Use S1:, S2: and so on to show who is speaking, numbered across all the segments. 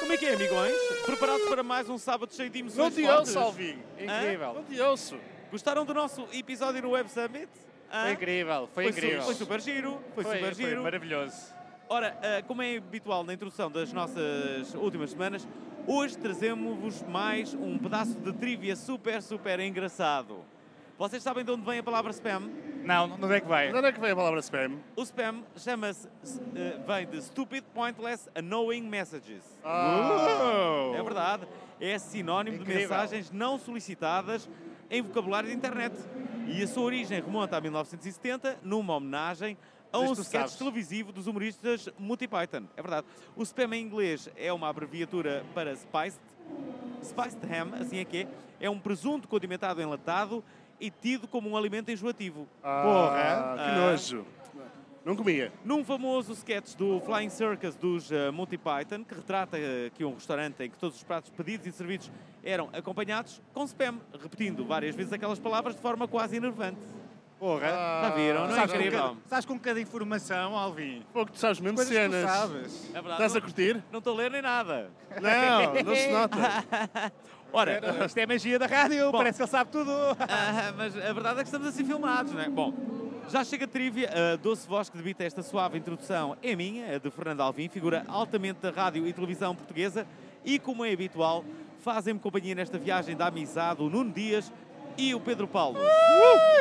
S1: Como é que é, amigões? Preparados para mais um sábado cheio de
S2: Não
S1: emoções
S2: te
S1: fortes?
S2: ouço, Alvinho. Incrível. Não te ouço.
S1: Gostaram do nosso episódio no Web Summit? Hã?
S2: Foi incrível, foi,
S1: Foi, su-
S2: incrível.
S1: foi super giro, foi,
S2: Foi-
S1: super
S2: foi
S1: giro.
S2: maravilhoso.
S1: Ora, ah, como é habitual na introdução das nossas últimas semanas, hoje trazemos-vos mais um pedaço de trivia super, super engraçado. Vocês sabem de onde vem a palavra spam?
S2: Não, não é que vai.
S3: De onde é que veio a palavra spam?
S1: O spam chama-se, s- eh, vem de Stupid Pointless Annoying Messages.
S2: Uou!
S1: É verdade, é sinónimo de
S2: Ah! Incrível.
S1: mensagens não solicitadas em vocabulário de internet. E a sua origem remonta a 1970, numa homenagem a
S2: Mas
S1: um
S2: tu
S1: sketch
S2: sabes.
S1: televisivo dos humoristas Monty Python. É verdade. O spam em inglês é uma abreviatura para spiced, Spiced ham, assim é que é, é um presunto condimentado enlatado e tido como um alimento enjoativo.
S3: Porra, que
S1: Ah.
S3: nojo. Não comia.
S1: Num famoso sketch do Flying Circus dos eh, Monty Python, que retrata eh, que um restaurante em que todos os pratos pedidos e servidos eram acompanhados com spam, repetindo várias vezes aquelas palavras de forma quase enervante.
S2: Porra.
S1: Já viram? Não é
S2: Sabes com
S1: incrível?
S2: cada- Sabes com cada informação, Alvin?
S3: Pouco tu sabes mesmo
S2: Coisas que tu
S3: cenas.
S2: sabes.
S1: É verdade.
S3: Estás a
S1: não-
S3: curtir?
S1: Não estou a ler nem nada.
S3: Não, não se nota.
S1: Ora,
S2: Isto é magia da rádio,
S1: Bom.
S2: parece que ele sabe tudo.
S1: Ah, mas a verdade é que estamos assim filmados, não é? Bom, já chega a trivia. A doce voz que debita esta suave introdução é minha, a de Fernando Alvim, figura altamente da rádio e televisão portuguesa. E como é habitual, fazem-me companhia nesta viagem da amizade o Nuno Dias e o Pedro Paulo.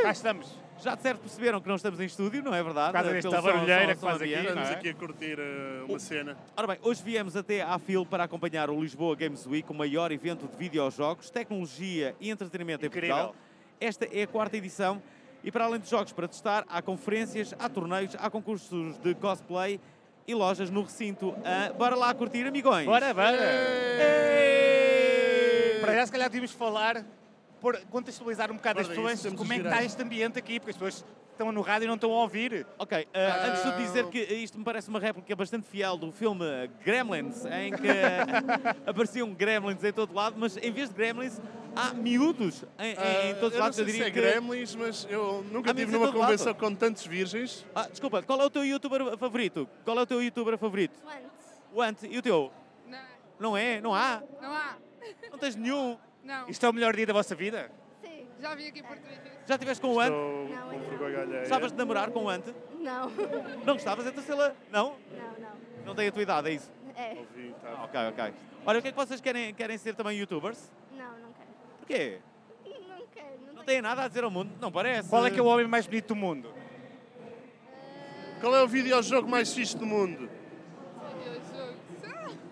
S2: Cá estamos.
S1: Já de certo perceberam que não estamos em estúdio, não é verdade?
S2: causa desta
S1: Pelo som-
S2: barulheira
S1: som-
S2: que
S1: som
S2: faz aqui.
S1: ambiente.
S3: Estamos
S2: não é?
S3: aqui a curtir eh, uma cena.
S1: Ora bem, hoje viemos até à FIL para acompanhar o Lisboa Games Week, o maior evento de videojogos, tecnologia e entretenimento
S2: Incrível.
S1: em Portugal. Esta é a quarta edição e para além de jogos para testar, há conferências, há torneios, há concursos de cosplay e lojas no recinto. Ah, bora lá curtir, amigões!
S2: Bora, bora. Para já, se calhar, devíamos falar, por contextualizar um bocado
S3: Ora,
S2: as
S3: isso,
S2: pessoas,
S3: temos
S2: como
S3: os
S2: é que está
S3: virais.
S2: este ambiente aqui, porque as pessoas estão no rádio e não estão a ouvir.
S1: Ok, ah, antes de dizer que isto me parece uma réplica bastante fiel do filme Gremlins, em que apareciam gremlins em todo lado, mas em vez de gremlins, há miúdos em,
S3: Ah,
S1: em- em todos os
S3: eu não
S1: lados.
S3: sei
S1: Eu
S3: se
S1: diria
S3: é
S1: que
S3: gremlins, mas eu nunca
S1: Ah, mas
S3: estive
S1: em
S3: numa
S1: todo lado.
S3: convenção com tantos virgens.
S1: Ah, desculpa, qual é o teu youtuber favorito? Qual é o teu youtuber favorito?
S4: Antes.
S1: O Ant, e o teu?
S4: Não,
S1: Não é? Não há?
S4: não há.
S1: Não tens nenhum?
S4: Não.
S2: Isto é o melhor dia da vossa vida?
S4: Sim. Já vim aqui por Twitter.
S1: Já estiveste com o Ant?
S3: Estou
S4: Não,
S3: com
S4: não.
S3: vergonha alheia.
S1: Gostavas de namorar com o Ant?
S4: Não.
S1: Não gostavas? Então sei lá. Não?
S4: Não, não.
S1: Não tem a tua idade, é isso?
S4: É.
S3: Ouvi, tá.
S1: Ah, ok, ok. Olha, o que é que vocês querem, querem ser também youtubers?
S4: Não, não quero.
S1: Porquê?
S4: Não quero. Não, assim.
S1: Não têm nada a dizer ao mundo? Não parece.
S2: Qual é que é o homem mais bonito do mundo?
S3: Qual é o videojogo mais fixe do mundo?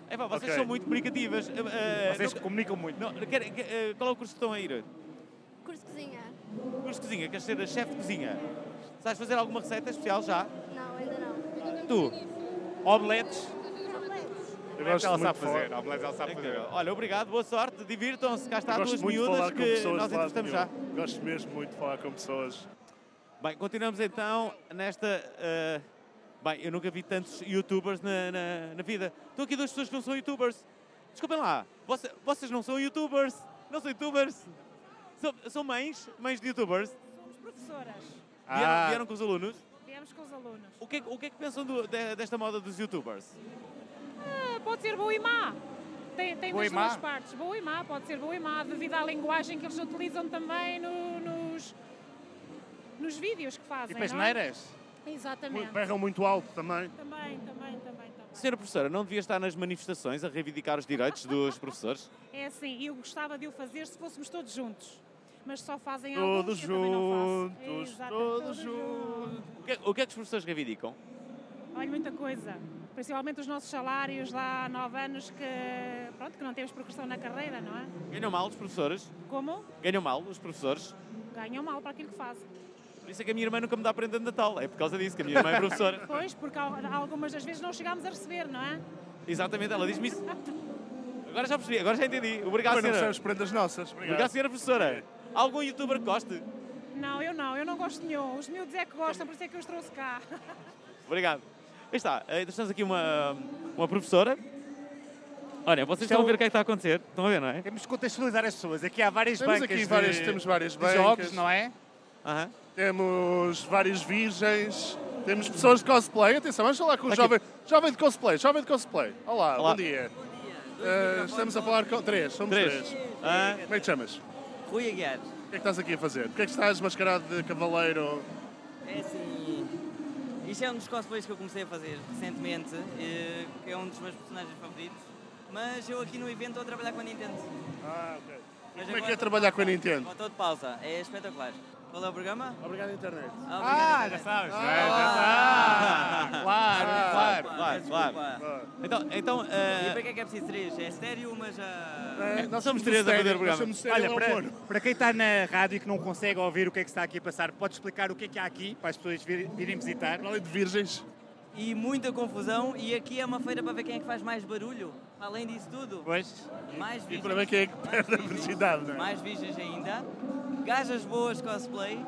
S1: É pá, vocês
S3: Ok.
S1: são muito comunicativas. Ah, ah,
S2: Vocês
S1: nunca-
S2: comunicam muito.
S1: não, querem- que- ah, qual é o curso que estão a ir?
S4: Curso de cozinhar.
S1: Curso de cozinha? Queres ser a chefe de cozinha? Sabes fazer alguma receita especial já?
S4: Não, ainda não.
S1: Tu?
S2: Omeletes. Omeletes
S3: Eu gosto
S2: ela
S3: muito
S2: sabe
S3: de falar.
S2: fazer. Omeletes ela sabe fazer.
S1: Olha, obrigado, boa sorte, divirtam-se. Cá está
S3: Eu
S1: duas
S3: gosto muito de falar
S1: miúdas
S3: com
S1: que
S3: pessoas.
S1: nós
S3: de lado
S1: entrevistamos já.
S3: nenhum. Gosto mesmo muito de falar com pessoas.
S1: Bem, continuamos então nesta. eh, bem, eu nunca vi tantos youtubers na, na, na vida. Estou aqui duas pessoas que não são youtubers. Desculpem lá, voce- vocês não são youtubers? Não são youtubers? São, são mães? Mães de youtubers?
S5: Somos professoras.
S1: Vieram,
S2: Ah.
S1: vieram com os alunos?
S5: Viemos com os alunos.
S1: O que, é que- o que é que pensam do- de- desta moda dos youtubers?
S5: Ah, pode ser boa e má. Tem, tem
S2: Boa
S5: nas
S2: e má?
S5: duas partes. Boa e má, pode ser boa e má, devido à linguagem que eles utilizam também no- nos, nos vídeos que fazem.
S2: Tipo as
S5: não é?
S2: neiras.
S5: Exatamente.
S3: Muito, berram muito alto também.
S5: Também, também, também, também.
S1: Senhora professora, não devia estar nas manifestações a reivindicar os direitos dos professores?
S5: É assim, eu gostava de o fazer se fôssemos todos juntos. Mas só fazem alguns,
S3: Todos
S5: eu também não faço.
S3: juntos,
S5: Exato,
S3: todos
S1: O que, é- o que é que os professores reivindicam?
S5: Olha, muita coisa. Principalmente os nossos salários lá há nove anos que, pronto, que não temos progressão na carreira, não é?
S1: Ganham mal os professores?
S5: Como?
S1: Ganham mal os professores?
S5: Ganham mal para aquilo que fazem.
S1: Por Por isso é que a minha irmã nunca me dá prenda de Natal. É por causa disso que a minha irmã é professora.
S5: Pois, porque al- algumas das vezes não chegámos a receber, não é?
S1: Exatamente, ela diz-me isso. Agora já percebi, agora já entendi. Obrigado,
S3: Mas não
S1: senhora.
S3: precisamos prendas nossas. Obrigado.
S1: Obrigado, senhora professora. Algum youtuber que goste?
S5: Não, eu não, eu não gosto de nenhum. Os miúdos é que gostam, por isso é que eu os trouxe cá.
S1: Obrigado. Aí está, eh, nós temos aqui uma, uma professora. Olha, vocês
S2: Isto é
S1: estão a
S2: o-
S1: ver o que é que está a acontecer. Estão a ver, não é?
S2: Temos que contextualizar as pessoas. Aqui há várias
S3: Temos
S2: bancas
S3: aqui
S2: de-
S3: várias, temos várias
S2: de
S3: bancas,
S2: jogos, não é?
S1: Aham.
S3: temos várias virgens, temos pessoas de cosplay. Atenção, vamos falar com o
S1: Aqui.
S3: jovem, jovem de cosplay, jovem de cosplay. Tá Olá,
S1: Olá.
S3: bom dia. Eh, estamos a falar com três, somos três.
S1: Três. Ah,
S3: Como é que te chamas?
S6: Rui Aguiar,
S3: O que é que estás aqui a fazer? Porquê é que estás mascarado de cavaleiro?
S6: é assim. Isto é um dos cosplays que eu comecei a fazer recentemente, eh, que é um dos meus personagens favoritos. Mas eu aqui no evento estou a trabalhar com a Nintendo.
S3: Ah, ok.
S6: Mas
S3: Como é que
S6: agora-
S3: é trabalhar com a Nintendo?
S6: Agora Estou de pausa, é espetacular. Qual é o programa?
S3: Obrigado, internet.
S2: Ah, já sabes. não é? Já sabes.
S3: Ah,
S2: Claro, claro.
S1: Claro, claro. Então, então
S6: E
S1: eh,
S6: para que é que é preciso três? É estéreo, mas a.
S2: É,
S1: nós somos é três a fazer o programa.
S2: Olha, para, para quem está na rádio e que não consegue ouvir o que é que está aqui a passar, pode explicar o que é que há aqui para as pessoas vir- virem visitar?
S3: Além de virgens,
S6: E muita confusão, e aqui é uma feira para ver quem é que faz mais barulho. Além disso tudo,
S2: Pois,
S6: mais
S3: e
S6: virgens.
S3: para ver quem é que perde a virgindade, não é?
S6: Mais virgens ainda. Gajas boas cosplay.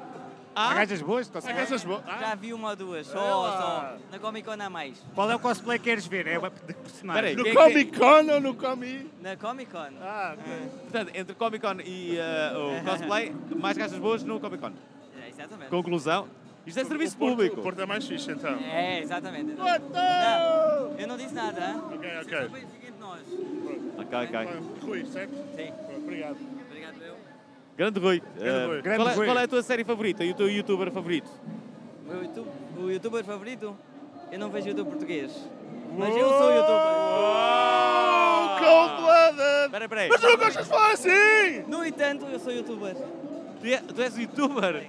S2: há gajas boas? que
S3: Há
S2: conseguem?
S3: gajas boas.
S6: Já vi uma ou duas, só,
S3: Ela.
S6: só. Na Comic Con há mais.
S2: Qual é o cosplay que queres ver? É o de personagem.
S1: Peraí.
S3: No
S1: Quem- é
S3: Comic Con ou no Comi?
S6: Na Comic Con.
S3: Ah, ok.
S1: portanto, entre Comic Con e eh, o cosplay, mais gajas boas no Comic Con.
S6: É, exatamente.
S1: Conclusão. Isto é serviço
S3: O Porto-
S1: público.
S3: O Porto é mais fixe, então.
S6: É, exatamente.
S3: Porto!
S6: Eu não disse nada. hein?
S3: Ok,
S6: Vocês
S3: ok.
S6: são bem seguinte nós.
S1: Ok, ok.
S3: Bom, Rui, certo?
S6: Sim.
S3: Pronto, Obrigado.
S6: Obrigado, eu. O
S1: Grande Rui. Eh,
S3: Rui.
S1: qual, é,
S2: Grande Rui.
S1: qual é a tua série favorita e o teu youtuber favorito?
S6: Meu YouTube, o youtuber favorito? Eu não vejo YouTube português. Mas eu sou youtuber.
S3: Oh, cold-blooded!
S1: Espera, espera aí.
S3: Mas tu não gostas de falar assim!
S6: No entanto, eu sou youtuber.
S1: Tu, é- tu és youtuber?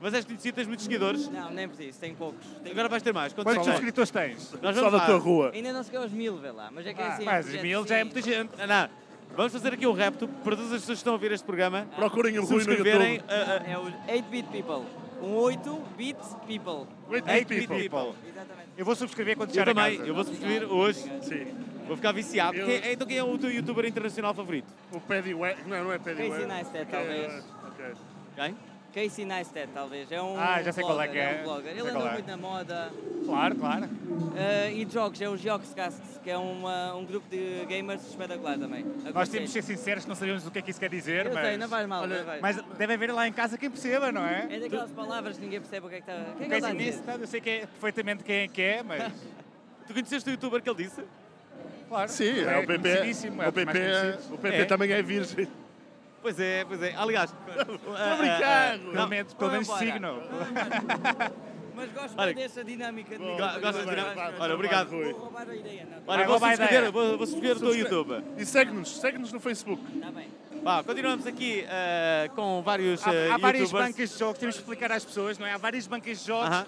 S1: Mas és conhecido, tens muitos seguidores.
S6: Não, nem preciso, tenho poucos. Tenho-
S1: Agora vais ter mais. Quantos
S2: Quantos
S1: são?
S2: subscritores tens?
S1: Nós
S3: Só
S1: vamos
S3: da
S1: lá.
S3: tua rua.
S6: Ainda não cheguei aos mil, vê lá. Mas é que é
S2: Ah,
S6: assim. é um
S2: mas
S6: projeto
S2: mil já é
S6: de
S2: muita
S6: vida.
S2: gente.
S1: Não, não. Vamos fazer aqui um repto para todas as pessoas que estão a ouvir este programa.
S3: Procurem o Rui no
S1: Subscreverem eh,
S3: YouTube.
S1: a-
S6: É os 8-bit people. Um 8-bit people.
S3: Wait,
S1: a
S3: wait,
S1: 8
S3: people.
S1: people.
S6: Exatamente.
S2: Eu vou subscrever quando
S1: Eu
S2: chegar a
S1: também,
S2: casa.
S1: eu vou subscrever hoje.
S3: Sim.
S1: Vou ficar viciado.
S3: Eu-
S1: Quem- então quem é o teu youtuber internacional favorito?
S3: O Paddy Ware. Não, não é Paddy
S6: Casey
S3: Ware.
S6: Neistat,
S3: Ok,
S6: talvez.
S3: ok.
S1: Quem?
S6: Casey Neistat, talvez. É um
S2: Ah, já sei qual é
S6: blogger,
S2: que é.
S6: um blogger.
S2: Sei
S6: Ele
S2: qual
S6: andou
S2: é.
S6: muito na moda.
S2: Claro, claro.
S6: Ah, e de jogos, é o Geoxcast, que é uma- um grupo de gamers espetacular também.
S2: Nós
S6: Aconselho.
S2: temos de ser sinceros, não sabemos o que é que isso quer dizer,
S6: Eu
S2: mas...
S6: sei, não faz mal, não faz.
S2: Mas deve haver lá em casa quem perceba, não é?
S6: É daquelas palavras que ninguém percebe o que é que está... O que é
S2: O
S6: que ele está a
S2: Casey
S6: dizer?
S2: Neistat, eu sei que é perfeitamente quem é que é, mas...
S1: Tu conheceste o youtuber que ele disse?
S2: Claro.
S3: Sim, é o PP.
S2: conhecidíssimo, é
S3: O
S2: dos mais
S3: PP,
S2: conhecidos.
S3: o PP
S1: É.
S3: também é virgem.
S1: Pois é, pois é. Aliás, estou
S3: a brincar.
S2: Pelo menos, pelo menos
S6: Vamos
S2: signo.
S6: Mas gosto
S1: Olha-
S6: muito dessa dinâmica de...
S1: Gosto
S6: Gosto
S1: de
S6: de-
S1: dinâmica.
S6: gosto de-
S1: Olha, obrigado.
S6: Vou
S3: Rui.
S6: roubar a ideia, não.
S1: Olha,
S2: Vai,
S1: vou
S2: rouba a
S1: subscrever,
S2: ideia.
S1: vou, vou subscrever o teu
S3: Subscre-
S1: youtuber.
S3: E segue-nos, segue-nos no Facebook.
S1: Tá
S6: Está bem.
S1: Vá, continuamos aqui eh, com vários eh,
S2: Há, há várias
S1: youtubers.
S2: bancas de jogos, temos que explicar às pessoas, não é? Há várias bancas de jogos,
S1: Aham.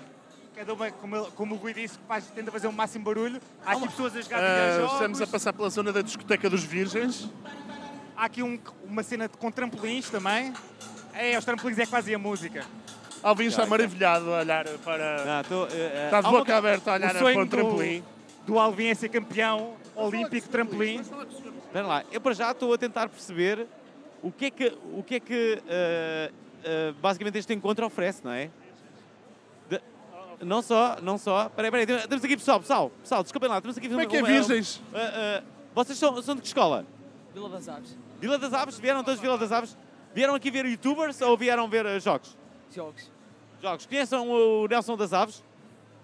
S2: cada uma, como, ele- como o Rui disse, que faz, tenta fazer o máximo barulho. Há aqui pessoas a jogar
S3: Ah,
S2: videojogos.
S3: estamos a passar pela zona da discoteca dos virgens.
S2: Há aqui um- uma cena de- com trampolins também. É, os trampolins é que fazem a música.
S3: Alvin
S1: Tá.
S3: está maravilhado a olhar para...
S1: Não, tô, eh, eh,
S3: Está de
S1: há uma
S3: boca aberta a olhar
S2: o
S3: para
S2: sonho
S3: o trampolim.
S2: Do, do Alvin é ser campeão olímpico de trampolim.
S1: Espera lá, eu para já estou a tentar perceber o que é que, o que, é que eh, eh, basicamente este encontro oferece, não é? De- não só, não só. Espera aí, espera aí, tem- temos aqui pessoal, pessoal, pessoal, desculpem lá, temos aqui um Eh,
S3: Como é que é virgens?
S1: vocês são, são de que escola?
S6: Vila Vazares.
S1: Vila das Aves? Vieram todos de Vila das Aves? Vieram aqui ver youtubers ou vieram ver eh, jogos?
S6: Jogos.
S1: Jogos. Conhecem o Nelson das Aves?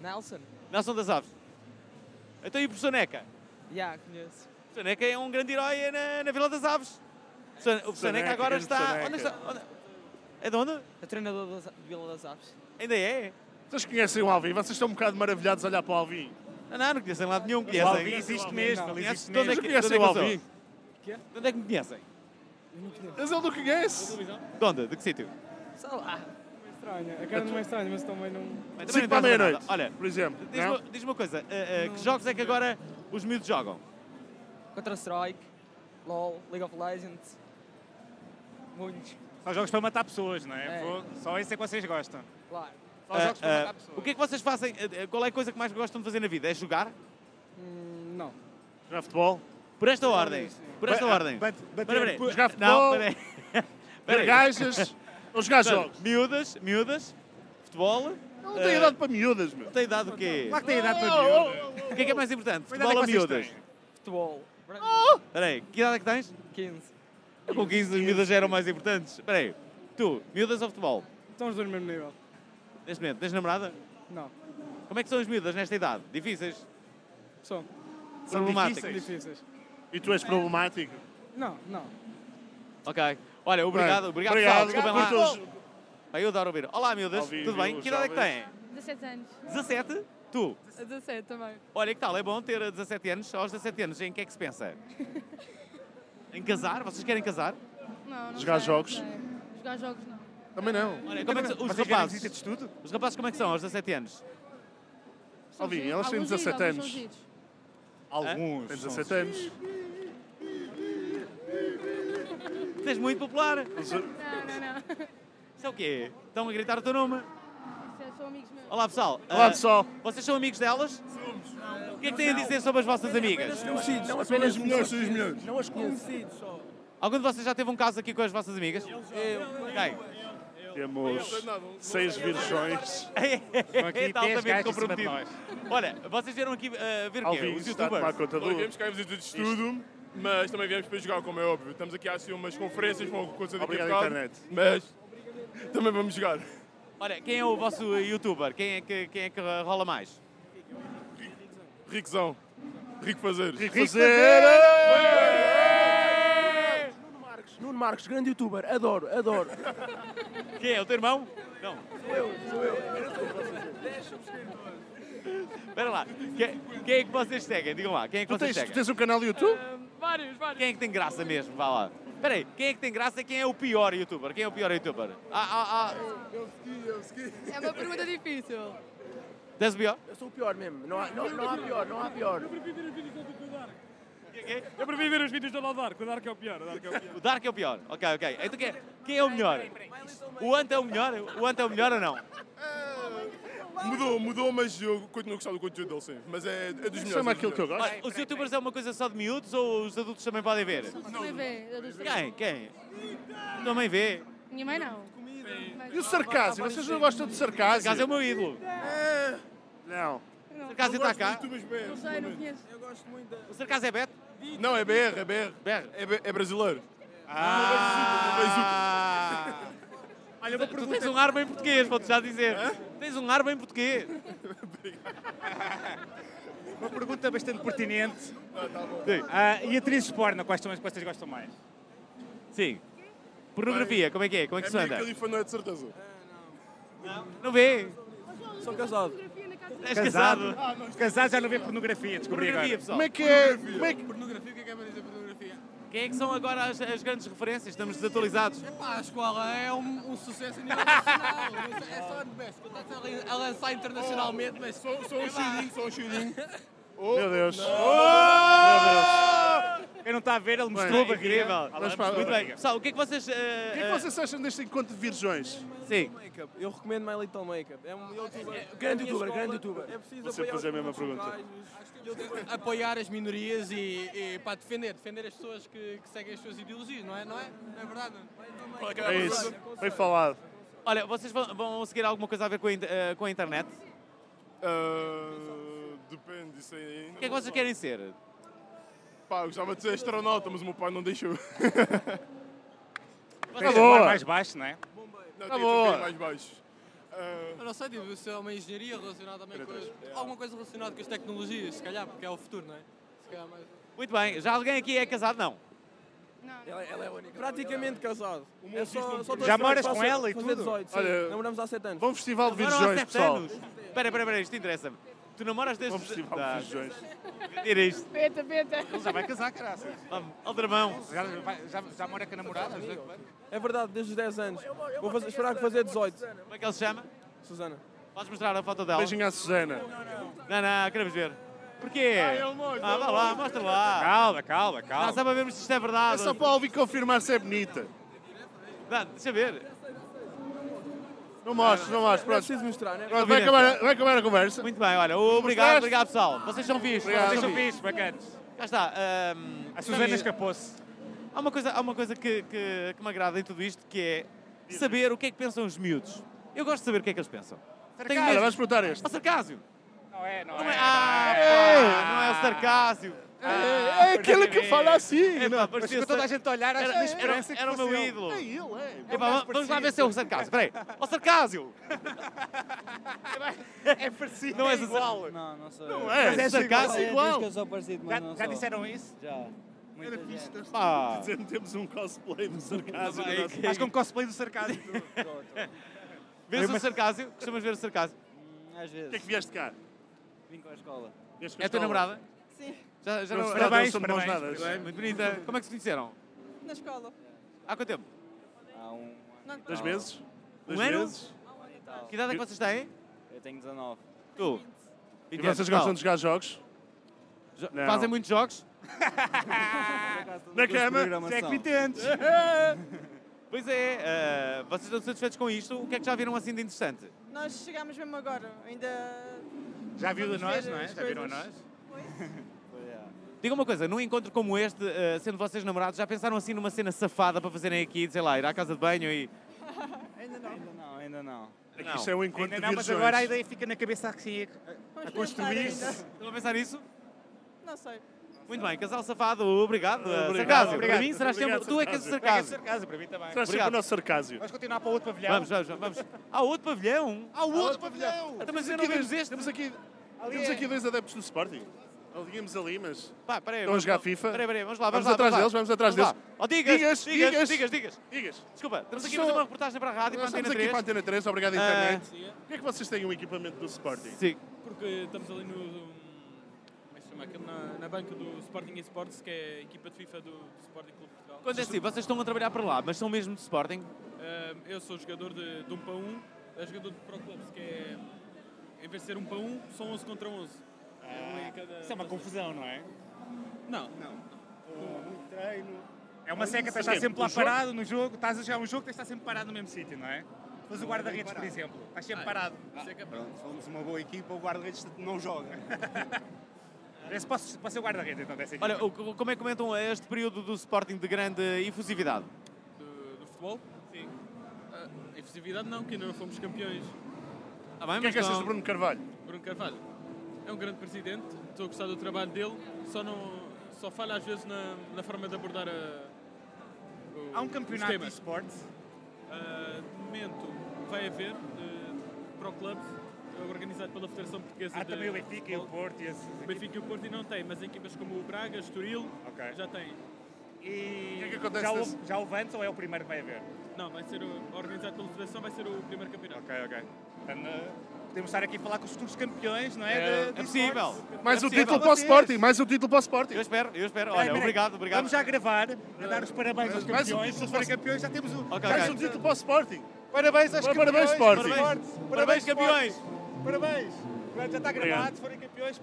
S6: Nelson.
S1: Nelson das Aves. Então e o professor Neca?
S6: Já, conheço.
S1: O professor Neca é um grande herói na, na Vila das Aves. O professor, o professor Neca
S3: Neca,
S1: agora
S3: grande
S1: está...
S3: professor
S1: Onde
S3: Neca.
S1: está? Onde- É de onde?
S6: A treinadora de Vila das Aves.
S1: Ainda é?
S3: Vocês conhecem o Alvin? Vocês estão um bocado maravilhados a olhar para o Alvin.
S1: Não, não, não conhecem lado nenhum.
S2: O
S1: Conhecem.
S2: Alvin existe mesmo, ele
S1: Conheces?
S2: existe
S1: De onde é
S2: mesmo.
S1: que-
S3: Vocês
S1: de
S3: conhecem o
S1: onde é que eu
S3: Alvin?
S1: De onde é que me conhecem?
S3: Mas ele não conhece.
S1: De onde? De que sítio?
S6: Sei lá.
S7: Estranha, a cara não é estranha, mas também não.
S1: Mas também não
S3: 5 para
S1: interessa
S3: a
S1: nada.
S3: meia-noite,
S1: Olha,
S3: por exemplo.
S1: diz-me
S2: é?
S3: não?
S1: diz-me uma coisa. eh, eh, que jogos é que agora os miúdos jogam?
S6: Counter-Strike, LOL, League of Legends. Muitos,
S2: São jogos para matar pessoas, não é?
S6: É.
S2: Fogo. Só isso é que vocês gostam.
S6: claro.
S2: Aos jogos para
S1: ah,
S2: matar
S1: ah,
S2: pessoas.
S1: o que é que vocês fazem? ah, ah, Qual é a coisa que mais gostam de fazer na vida? É jogar?
S7: Hum, não.
S3: Jogar futebol,
S1: Por esta ordem.
S7: sim.
S1: Por esta
S3: Ba-
S1: ordem.
S2: Bate-
S1: Espera,
S2: Bater,
S1: espera.
S2: pu-
S3: jogar futebol,
S1: Não, peraí.
S3: ver
S1: Peraí.
S3: gajas, ou jogar jogos.
S1: Miúdas, miúdas, futebol.
S3: Não tenho
S1: eh,
S3: idade para miúdas, meu.
S1: Não é tem idade o quê?
S2: Claro que tem idade para
S3: Oh, oh,
S2: miúdas.
S3: oh,
S1: O que é que é mais importante?
S2: Qual idade é
S1: Futebol ou
S2: que vocês têm?
S1: miúdas?
S6: Futebol.
S1: Espera aí, que idade é que tens?
S6: 15.
S1: Eu com 15 as miúdas já eram mais importantes. Espera aí, tu, miúdas ou futebol?
S7: Estão os dois no mesmo nível.
S1: Neste momento, tens namorada?
S7: Não.
S1: Como é que são as miúdas nesta idade? Difíceis?
S7: São
S3: São
S1: Problemáticas.
S3: difíceis.
S7: difíceis.
S3: E tu és problemático.
S7: Não, não.
S1: Ok. Olha, obrigado,
S3: Bem,
S1: obrigado, pessoal. Desculpem lá.
S3: Curtam os-
S1: Pá, Eu adoro ouvir. Olá, miúdas,
S3: Ao vivo,
S1: tudo bem? Que idade é que
S3: jovens.
S1: têm?
S8: 17 anos.
S1: 17? Tu?
S8: 17 também.
S1: Olha, que tal? É bom ter 17 anos. Aos 17 anos, em que é que se pensa? Em casar? Vocês querem casar?
S8: Não, não
S3: Jogar
S8: sei,
S3: jogos?
S8: não sei. Jogar jogos não.
S3: Também não.
S1: Olha, como é que são- os
S2: Vocês querem
S1: rapazes?
S2: visita de estudo?
S1: Os rapazes como é que são aos 17 anos?
S8: São
S3: Alvin,
S8: giros,
S3: elas têm
S8: alguns
S3: 17
S8: giros, alguns
S3: anos.
S8: são giros.
S2: Alguns.
S3: Tens
S2: são-
S3: 17 anos.
S1: Tu és muito popular.
S8: Não, não, não.
S1: Isso é o quê? Estão a gritar o teu nome.
S8: Isso é- São amigos meus.
S1: Olá, pessoal.
S3: Olá,
S1: Ah,
S3: pessoal.
S1: Vocês são amigos delas? Somos. O que é que têm a dizer sobre as vossas amigas?
S9: Não apenas melhores, são os melhores. Não as conhecidos só.
S1: Algum de vocês já teve um caso aqui com as vossas amigas? Ok.
S3: Temos seis virgões.
S2: Estão aqui
S1: Está
S2: 10 gajos em
S1: altamente
S2: cima de
S1: comprometido.
S2: nós.
S1: Olha, vocês vieram aqui ah, ver o quê?
S3: Alvin
S1: Os
S3: está a tomar
S1: youtubers?
S3: conta do...
S9: Nós viemos cá em visita de estudo, mas também viemos para jogar, como é óbvio. Estamos aqui a assistir umas conferências com coisa daqui a
S3: Obrigado,
S9: bocado,
S3: internet.
S9: Mas também vamos jogar.
S1: Olha, quem é o vosso youtuber? Quem é que, quem é que rola mais?
S9: Riquezão. Rico fazer.
S3: Rico fazer!
S9: Nuno Marcos, grande youtuber. Adoro, adoro.
S1: Quem é? O teu irmão? Não. Espera lá. Quem, quem é que vocês seguem? Digam lá. Quem é que
S3: Tu
S1: vocês
S3: tens,
S1: seguem?
S3: tu tens um canal no YouTube?
S8: Vários, vários.
S1: Quem é que tem graça mesmo? Vá lá. Espera aí. Quem é que tem graça e quem é o pior youtuber? Quem é o pior youtuber? Ah, ah, ah.
S8: É uma pergunta difícil.
S1: Tens o pior?
S9: Eu sou o pior mesmo. Não há, não, não há pior, não há pior.
S1: Eu prefiro ver os vídeos do Dark. O Dark é o pior. O Dark é o pior. Ok, ok. Então quem é, quem é o melhor? O Ant é o melhor? O Ant é o melhor ou não?
S9: Mudou, mudou, mas eu continuo a gostar do conteúdo dele, sim. Mas é, é dos melhores.
S3: Chama
S9: é dos
S3: aquilo que eu
S9: melhores.
S3: gosto.
S1: Olha, os youtubers é uma coisa só de miúdos ou os adultos também podem ver?
S8: Também vê. adultos também.
S1: Quem? Quem? Também vê.
S8: Minha mãe não.
S3: E o sarcasmo? Vocês não gostam de sarcasmo?
S1: Caso é o meu ídolo.
S9: É.
S3: Não.
S1: O Caso está cá.
S9: Tu, mas bem.
S8: Não sei, não conheço.
S1: O Sarcaso é Beto?
S9: Não, é BR, é BR.
S1: BR.
S9: É, B- é brasileiro.
S2: é
S1: Ah!
S2: Olha, uma
S1: Tu
S2: pergunta.
S1: tens um ar bem português, vou-te já dizer. Tens um ar bem português.
S2: Uma pergunta bastante pertinente.
S3: tá
S2: Ah, e atrizes porno, quais são as que vocês gostam mais?
S1: Sim. Pornografia, como é que é? Como é que
S9: É
S1: se
S9: minha
S1: anda?
S9: califa, não é de certeza.
S1: Não vê?
S9: Sou casado.
S1: És casado.
S2: Casados já Ah, não vê pornografia, descobri
S1: Pornografia,
S2: agora.
S1: pessoal.
S3: Como é que é? Como é que...
S9: Pornografia, o que é que é para dizer pornografia?
S1: Quem é que são agora as, as grandes referências? Estamos desatualizados.
S9: Pá, a escola é um, um sucesso a nível nacional. é só a best. Está a lançar internacionalmente, mas. Só, só um cheirinho, só um cheirinho.
S3: Oh, Meu Deus. Oh!
S2: Eu não está a ver, ele mostrou
S1: Estou
S2: a barriga.
S1: incrível.
S3: Mas pá,
S1: Muito bem.
S3: barriga.
S1: Pessoal, o que é que vocês...
S3: O que é que vocês acham deste encontro de virgões?
S1: Sim.
S9: Eu recomendo My Little Makeup. É um youtuber. Grande youtuber, grande youtuber. É preciso
S3: Vou sempre fazer a mesma pergunta.
S10: apoiar as minorias e, e pá, defender, defender as pessoas que, que seguem as suas ideologias, não é? Não é, não é verdade?
S3: É isso. Bem falado.
S1: Olha, vocês vão, vão seguir alguma coisa a ver com a, in- eh, com a internet? O
S9: depende, isso aí. O
S1: que é que vocês querem ser?
S9: Pá, eu gostava de ser astronauta, mas o meu pai não deixou.
S2: Tens de
S3: Tá boa.
S2: falar mais baixo, não é?
S9: Não,
S3: Tá
S9: tem
S3: boa.
S9: que ser mais baixo. Ah,
S10: Eu não sei, tipo, se é uma engenharia relacionada também com as, alguma coisa relacionada com as tecnologias, se calhar, porque é o futuro, não é? Se calhar mais.
S1: Muito bem. Já alguém aqui é casado? Não. é
S10: Praticamente casado. É
S2: Já moras com ela e tudo?
S3: Olha,
S10: Namoramos há 7 anos.
S3: Bom festival de
S1: Namoram há
S3: virgões,
S1: sete
S3: pessoal.
S1: anos. Espera, espera, espera. Isto interessa-me. Tu namoras desde...
S3: Bom festival de
S1: Tá,
S3: virgões.
S1: Tira isto.
S8: Peta, peta.
S2: Ele já vai casar, caraças.
S1: Vamos, Aldrabão.
S2: Já, vai- já, já mora com a namorada? já-
S10: É verdade, desde os 10 anos. Vou fazer, esperar que fazer 18.
S1: Como é que ele se chama?
S10: Susana.
S1: Podes mostrar a foto dela?
S3: Beijinho à Susana. é
S1: Não, não, queremos ver. Porquê? Ah, vá lá, mostra lá.
S2: Calma, calma,
S1: Ah,
S2: calma.
S1: só para vermos se isto é verdade.
S3: É só para ouvir confirmar se é bonita.
S1: Não, deixa ver.
S3: Não mostres, não mostres.
S11: Não é
S3: Pronto.
S11: preciso mostrar, não é?
S3: Pronto, vai acabar, vai acabar a conversa.
S1: Muito bem, olha, obrigado,
S3: Gostaste?
S1: obrigado pessoal. Vocês são fixos,
S3: Obrigado.
S1: vocês
S2: Sejam
S1: são
S2: fixos,
S1: fixos.
S2: bacanas.
S1: Cá está. hum,
S2: A Susana escapou-se.
S1: Há uma coisa, há uma coisa que, que, que me agrada em tudo isto, que é saber o que é que pensam os miúdos. Eu gosto de saber o que é que eles pensam. Tenho
S3: Cara,
S1: mesmo-
S3: vais perguntar este.
S1: Ó, sarcásio!
S2: Não é, não,
S1: Não
S2: é.
S1: é, ah, pá, não é o sarcásio!
S3: É, é aquele que fala assim.
S1: É, pá,
S2: Mas
S1: parecia
S2: ficou toda a
S1: sar-
S2: gente a olhar, acho que
S1: era,
S2: na
S1: era, era,
S2: esperança que
S1: o meu
S2: fosse ele.
S1: ídolo!
S3: É ele, é.
S1: É pá,
S2: mais
S1: vamos lá
S2: parecido.
S1: ver se é o sarcásio. Espera aí. Ó, sarcásio!
S2: É parecido,
S1: Não
S2: não
S1: é
S2: é
S1: essa-
S2: igual.
S9: Não, não sou
S3: Não
S9: eu.
S3: é,
S2: Mas é
S3: sarcasmo
S9: Olha,
S3: igual.
S9: diz que eu sou parecido, mas
S2: Já,
S9: não
S2: já
S9: sou.
S2: disseram isso?
S9: Já. Muita gente.
S1: Pá!
S3: Dizendo que temos um cosplay do sarcasmo.
S1: Também,
S3: no nosso-
S1: que-
S2: Acho que é um cosplay do sarcasmo.
S1: Vês o sarcásio? Costumas ver o sarcásio?
S9: Hum, Às
S3: O que é que
S9: vezes.
S3: vieste cá?
S9: Vim com a escola.
S3: Vieste com
S1: É a tua
S3: escola?
S1: namorada?
S6: Sim.
S1: Já, já
S3: Não,
S1: não...
S3: não, não
S2: Parabéns,
S3: somos nós
S2: parabéns.
S3: nada.
S1: Muito bonita. Como é que se conheceram?
S6: Na escola.
S1: Há quanto tempo?
S9: Há um ano
S6: Não,
S9: e
S3: Dois
S9: tal.
S3: meses? Dois
S1: Um ano?
S3: meses?
S9: Um ano e tal.
S1: Que idade é que vocês têm?
S9: Eu tenho 19.
S1: Tu?
S3: E
S1: Vinte
S3: vocês
S1: anos.
S3: gostam
S1: Não.
S3: de jogar jogos?
S1: é Jo-
S3: Não.
S1: Fazem muitos jogos?
S9: Ah,
S3: Na cama?
S2: Se é que me entendes.
S1: Pois é, eh, vocês estão satisfeitos com isto? O que é que já viram assim de interessante?
S6: Nós chegámos mesmo agora. Ainda.
S2: Já viu a
S6: Vamos
S2: nós,
S6: ver
S2: não é?
S6: as
S2: Já viram a
S6: coisas.
S2: nós?
S1: Diga uma coisa, num encontro como este, eh, sendo vocês namorados, já pensaram assim numa cena safada para fazerem aqui, sei lá, ir à casa de banho e...
S9: Ainda não, ainda não.
S3: Aqui isto é um encontro
S2: Ainda
S3: de
S2: não, mas
S3: virgões.
S2: agora a ideia fica na cabeça assim.
S6: Vamos
S2: A construir
S6: pensar ainda.
S1: Estão a pensar nisso?
S6: Não sei.
S1: Muito bem, casal safado, obrigado. eh,
S3: Obrigado,
S1: sarcásio,
S2: obrigado.
S1: para mim serás sempre...
S3: Obrigado,
S1: tu é que és o
S3: sarcásio.
S1: sarcásio.
S2: Sarcasmo, para mim também.
S3: Será sempre
S1: Obrigado.
S3: o nosso sarcásio.
S2: Vamos continuar para o outro pavilhão.
S1: Vamos, vamos, vamos. Há outro pavilhão? Há
S3: outro pavilhão!
S1: Então, mas eu não vimos este. é.
S3: Temos Ah, aqui, temos aqui dois adeptos do Sporting. Alinhamos ali, mas...
S1: Pá, peraí.
S3: Estão a jogar FIFA?
S1: Peraí, peraí, vamos lá,
S3: Vamos
S1: vamos, lá,
S3: atrás
S1: lá.
S3: deles, vamos atrás
S1: Vamos lá. Oh, digas, digas,
S3: Digas,
S1: digas,
S3: digas.
S1: digas,
S3: Digas,
S1: Desculpa, estamos aqui a
S3: Só-
S1: fazer uma reportagem para a rádio, para a
S3: nós
S1: Antena
S3: estamos
S1: 3.
S3: aqui para a Antena 3, obrigado
S1: Ah.
S3: internet. Porquê é que vocês têm um equipamento do Sporting?
S1: Sim.
S11: Porque estamos ali no. um, Como é que se chama? Aquilo na, na banca do Sporting Esportes, que é a equipa de FIFA do Sporting Clube de Portugal.
S1: Quando é assim, vocês estão a trabalhar para lá, mas são mesmo de Sporting?
S11: Ah, eu sou jogador de, de 1 para 1, é jogador de Pro Clubs, que é. Em vez de ser 1 para 1, são 11 contra 11.
S1: Ah,
S11: É um em cada-
S2: Isso é uma confusão, não é?
S11: Não,
S2: É uma seca, estás
S3: Sim,
S2: sempre
S3: o
S2: lá
S3: jogo-
S2: parado no jogo, estás a jogar um jogo, tens de estar sempre parado no mesmo sítio, não é? Mas o guarda-redes, por exemplo, estás
S1: Ah, é.
S2: sempre parado.
S11: seca-
S2: Somos uma boa equipa, o guarda-redes não joga. Esse posso, posso ser o guarda-redes então dessa equipa.
S1: Olha, o- o- como é que comentam este período do Sporting de grande efusividade?
S11: do, do futebol? Sim. Ah, efusividade não, que ainda não fomos campeões.
S1: Ah, bem,
S3: O que é
S1: mas
S3: que achas
S1: não-
S3: do Bruno Carvalho?
S11: Bruno Carvalho é um grande presidente, estou a gostar do trabalho dele, só, não, só falha às vezes na, na forma de abordar a, o,
S2: Há um
S11: os
S2: campeonato de
S11: temas.
S2: esportes.
S11: Ah, de momento vai haver de Pro Club, organizado pela Federação Portuguesa
S2: Há
S11: de
S2: também o Benfica e o
S11: Futebol.
S2: Porto e esses
S11: O
S2: equipes.
S11: Benfica e o Porto ainda não tem, mas equipas como o Braga, Estoril,
S2: Ok.
S11: já têm.
S2: E
S3: O que é que acontece
S2: já,
S3: nesse-
S2: houve, já houve antes ou é o primeiro que vai haver?
S11: Não, vai ser o- organizado pela Federação, vai ser o primeiro campeonato.
S2: Ok, ok. Portanto, eh, podemos estar aqui a falar com os futuros campeões, não é?
S1: É,
S2: de-
S1: é
S2: de
S1: possível.
S2: esportes.
S3: Mais
S1: É
S3: um
S1: possível.
S3: título para o Sporting, mais um título para o Sporting.
S1: Eu espero, eu espero.
S2: Peraí,
S1: Olha,
S2: peraí.
S1: obrigado, obrigado.
S2: Vamos já gravar, a dar os parabéns aos
S3: Mas- mas-
S2: campeões. Se eles forem campeões, já temos o.
S1: Ok,
S3: Mais um
S1: ok.
S3: título para o Sporting.
S2: Parabéns aos
S3: Parabéns,
S2: campeões.
S3: Sporting.
S1: Parabéns, parabéns, campeões.
S2: Parabéns. Pronto, já está gravado.
S3: Obrigado.
S2: Se forem campeões,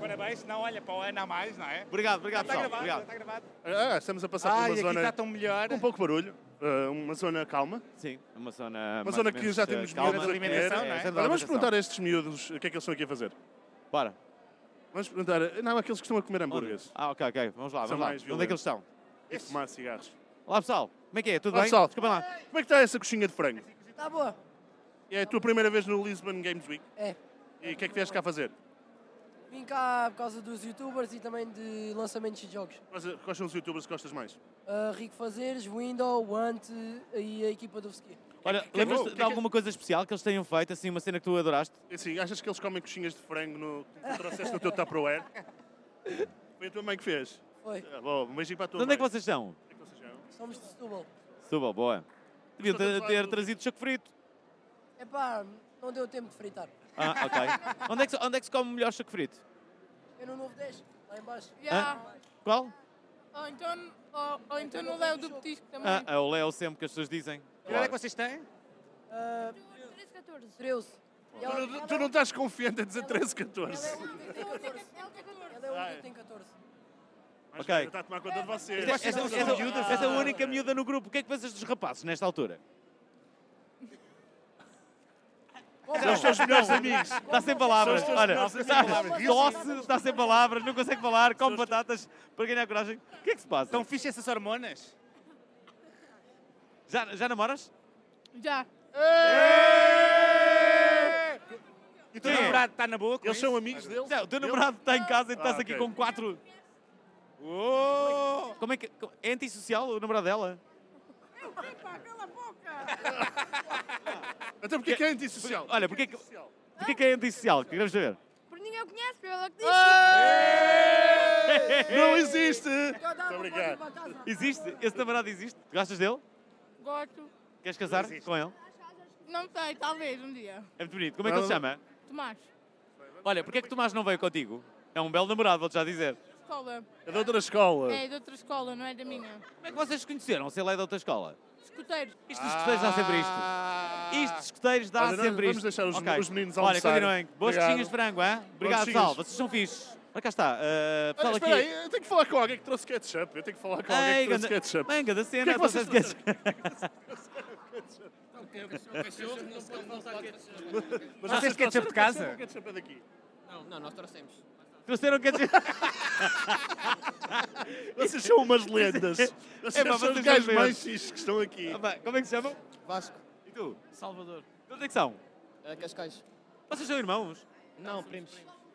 S2: parabéns. Não, olha, para o ano há mais, não é?
S1: Obrigado, obrigado,
S2: Já está
S1: pessoal.
S2: gravado, já
S1: Obrigado.
S2: está gravado.
S3: Ah, estamos a passar por
S2: Ai,
S3: uma
S2: aqui
S3: zona
S2: está tão melhor.
S3: com um pouco barulho, ah, uma zona calma.
S1: Sim, uma zona.
S3: Uma
S1: mais
S3: zona
S1: ou
S3: que
S1: menos,
S3: já
S1: eh,
S3: temos
S1: calma.
S2: medidas de alimentação, não é?
S1: centro de
S3: Olha, vamos
S1: alimentação.
S3: perguntar a estes miúdos o que é que eles estão aqui a fazer.
S1: Bora.
S3: Vamos perguntar, não, aqueles que estão a comer hambúrgueres
S1: Ah, ok, ok. Vamos lá,
S3: São
S1: vamos lá.
S3: mais
S1: Onde é que eles
S3: violentos.
S1: estão?
S3: e fumar cigarros.
S1: Olá, pessoal. Como é que é? Tudo
S3: Olá,
S1: bem?
S3: pessoal.
S1: Desculpa lá.
S3: Como é que está essa coxinha de frango?
S6: Tá boa.
S3: É a tua primeira vez no Lisbon Games Week?
S12: É.
S3: E o que é que vieste cá fazer?
S12: Vim cá por causa dos youtubers e também de lançamentos de jogos.
S3: Quais quais são os youtubers que gostas mais?
S12: Ah, Rico Fazeres, Window, Want e a equipa do Ski.
S1: Olha,
S3: que- é
S1: lembras-te
S3: que-
S1: de
S3: que-
S1: alguma coisa especial que eles tenham feito, assim, uma cena que tu adoraste?
S3: Assim, achas que eles comem coxinhas de frango no, que tu trouxeste no teu Tupperware? Foi a tua mãe que fez?
S12: Foi.
S3: Ah, bom, um beijinho para a tua
S1: De onde
S3: mãe.
S1: é que vocês estão?
S3: Onde é que vocês vão?
S12: Somos de Setúbal.
S1: Suba, boa. Deviam
S3: Estou a
S1: ter,
S3: falar
S1: ter
S3: do-
S1: trazido choco frito.
S12: Epá, não deu tempo de fritar.
S1: Ah, ok. onde, é que, se- onde é que se come o melhor choco frito?
S12: Eu no novo 10, lá em baixo.
S6: Yeah.
S1: Qual?
S6: Ou então, ou, ou então no Léo do Petisco também.
S1: Ah, é o Léo sempre que as pessoas dizem.
S2: Que idade é que vocês têm?
S12: Ah,
S13: 13, 14.
S12: 13. E
S3: Tu
S12: ela- é
S3: não- Tu não estás confiante a dizer 13,
S12: Ela é
S3: 14.
S12: um que tem 14. Ela é um que tem 14.
S3: Mas
S1: Ok.
S3: Está a tomar conta de vocês.
S1: Essa, essa,
S3: Vocês
S1: essa-
S3: são miúdas.
S1: essa é a única miúda no grupo. O que é que pensas dos rapazes nesta altura? Não,
S3: São os teus melhores
S1: não.
S3: amigos.
S1: Dá sem palavras.
S3: São os teus
S1: Olha,
S3: melhores
S1: está
S2: é
S3: amigos.
S1: doce, está sem palavras, não consegue falar, come batatas para ganhar coragem. O que é que se passa? Estão
S2: fixe essas hormonas?
S1: Já, já namoras?
S8: Já.
S2: E o teu namorado está na boa com
S3: Eles
S2: isso?
S3: são amigos deles?
S1: Não, o teu namorado está em casa e
S2: Ah,
S1: estás aqui
S2: ok.
S1: com quatro. Uou! Como é que. É antissocial o namorado dela?
S3: Então porquê que é antissocial?
S1: Olha, porquê que, porquê que é antissocial? Que queremos saber.
S4: Porque ninguém o conhece, porque eu logo disse.
S1: Não existe!
S3: Muito obrigado.
S1: Existe? Esse namorado existe? Gostas dele?
S8: Gosto.
S1: Queres casar com ele?
S8: Não sei, talvez um dia.
S1: É muito bonito. Como é que ele se
S8: Não.
S1: chama?
S8: Tomás,
S1: Olha, porquê é que Tomás não veio contigo? É um belo namorado, vou-te já dizer.
S8: escola.
S1: É de outra escola.
S8: É de outra escola, não é da minha.
S1: Como é que vocês se conheceram se ele é de outra escola?
S8: Escuteiros.
S1: Isto dos escuteiros dá sempre isto. Isto dos escuteiros dá
S3: Ah. Olha, nós
S1: sempre
S3: vamos
S1: isto.
S3: deixar os-
S1: Ok.
S3: os meninos
S1: Olha,
S3: almoçarem.
S1: continuem. Boas
S3: Obrigado.
S1: coxinhas de frango, hein? Obrigado,
S3: coxinhas.
S1: Sal. Vocês são fixes. Olha cá está. Uh, pessoal
S3: Olha,
S1: aqui.
S3: espera aí, eu tenho que falar com alguém que trouxe ketchup. Eu tenho que falar com alguém
S1: Ei,
S3: que trouxe
S1: ganda-
S3: ketchup.
S1: Bem, ganda cena,
S3: O que é que
S1: trouxeste
S3: vocês- é
S1: Mas vocês ketchup de casa?
S3: O ketchup é daqui.
S9: Não, não, nós trouxemos.
S1: Trouxeram um ketchup.
S3: Vocês são umas lendas.
S1: É,
S3: Vocês
S1: pá,
S3: são os
S1: vocês
S3: gajos
S1: são
S3: mais
S1: lendas.
S3: fixes que estão aqui.
S1: Ah, pá, Como é que se chamam?
S9: Vasco.
S1: E tu?
S9: Salvador.
S1: De onde é que são?
S9: Cascais.
S1: Vocês são irmãos?
S9: Não, primos.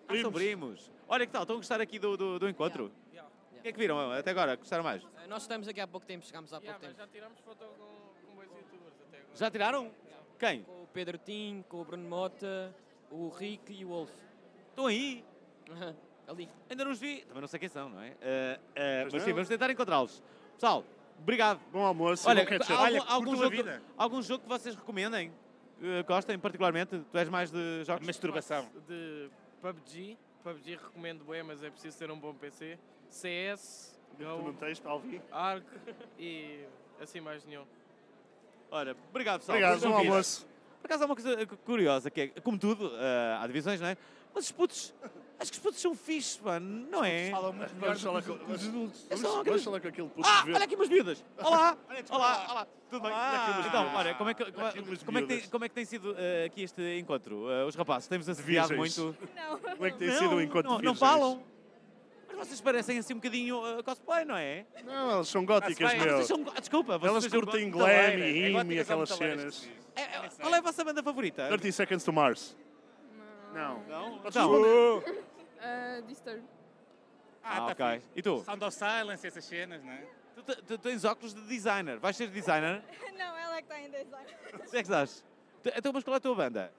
S1: Ah, são primos. Olha que tal, estão a gostar aqui do, do, do encontro?
S9: Yeah, yeah.
S1: O que é que viram até agora? Gostaram mais?
S9: Eh, Uh, Nós estamos aqui há pouco tempo, chegámos há pouco tempo.
S7: já tiramos foto com, com boas youtubers até agora.
S1: Já tiraram? Quem?
S9: Com o Pedro Tim, com o Bruno Mota, o Rick e o Wolf.
S1: Estão aí?
S9: Aham, Ali.
S1: Ainda não os vi. Também não sei quem são, não é? Ah, ah,
S3: Pois
S1: mas sim,
S3: não.
S1: vamos tentar encontrá-los. Pessoal, obrigado.
S3: Bom almoço.
S1: Olha,
S3: e bom ketchup.
S1: algum,
S3: Olha,
S1: algum
S3: curtam a
S1: jogo,
S3: vida.
S1: algum jogo que vocês recomendem? Eh, gostem particularmente? Tu és mais de jogos?
S2: masturbação.
S7: De PUBG. PUBG recomendo bem, mas é preciso ter um bom PC. CS,
S3: Tu não
S7: Go,
S3: tens, Alvi?
S7: Arc e assim mais nenhum.
S1: Olha, obrigado pessoal.
S3: Obrigado,
S1: Vocês são
S3: bom
S1: fixe.
S3: almoço.
S1: Por acaso há uma coisa cu- curiosa, que é, como tudo, eh, há divisões, não é? Mas os putos, acho que os putos são fixes, mano, não é?
S3: Falam muito Vamos falar com vamos-
S1: É só
S3: vamos-
S1: aqueles-
S3: vamos falar com aquele puto
S1: Ah,
S3: de
S1: olha aqui umas miúdas! Olá! Olá, olá! Tudo bem?
S3: Olha aqui umas
S1: então,
S3: miúdas.
S1: olha, como é que,
S3: Olha aqui
S1: como,
S3: umas
S1: como é que, tem,
S3: miúdas.
S1: como é que tem sido eh, aqui este encontro? Eh, os rapazes, temos assediado
S3: Virgens.
S1: muito.
S4: Não.
S3: Como é que tem sido o encontro
S1: não,
S3: de
S1: não
S3: virgens?
S1: falam. Mas vocês parecem assim um bocadinho eh, cosplay, não é?
S3: Não, elas são góticas,
S1: Ah, vocês
S3: meu.
S1: são, ah, desculpa, vocês
S3: Elas
S1: são
S3: curtem
S1: go-
S3: glam
S1: também,
S3: e
S1: é
S3: him e
S1: góticas,
S3: aquelas
S1: são taleiras.
S3: cenas.
S1: É, é, Qual é a vossa banda favorita?
S3: 30 Seconds to Mars. Não.
S1: Não?
S3: Podes
S1: Não.
S3: responder.
S8: Disturb.
S1: Ah,
S2: tá
S1: ok.
S2: fixe.
S1: E tu?
S2: Sound of Silence, essas cenas, não é?
S1: Tu, te- tu tens óculos de designer. Vais ser designer?
S14: Não, ela é que está em design.
S1: O que é que estás? Tu- Então, mas qual é a tua banda?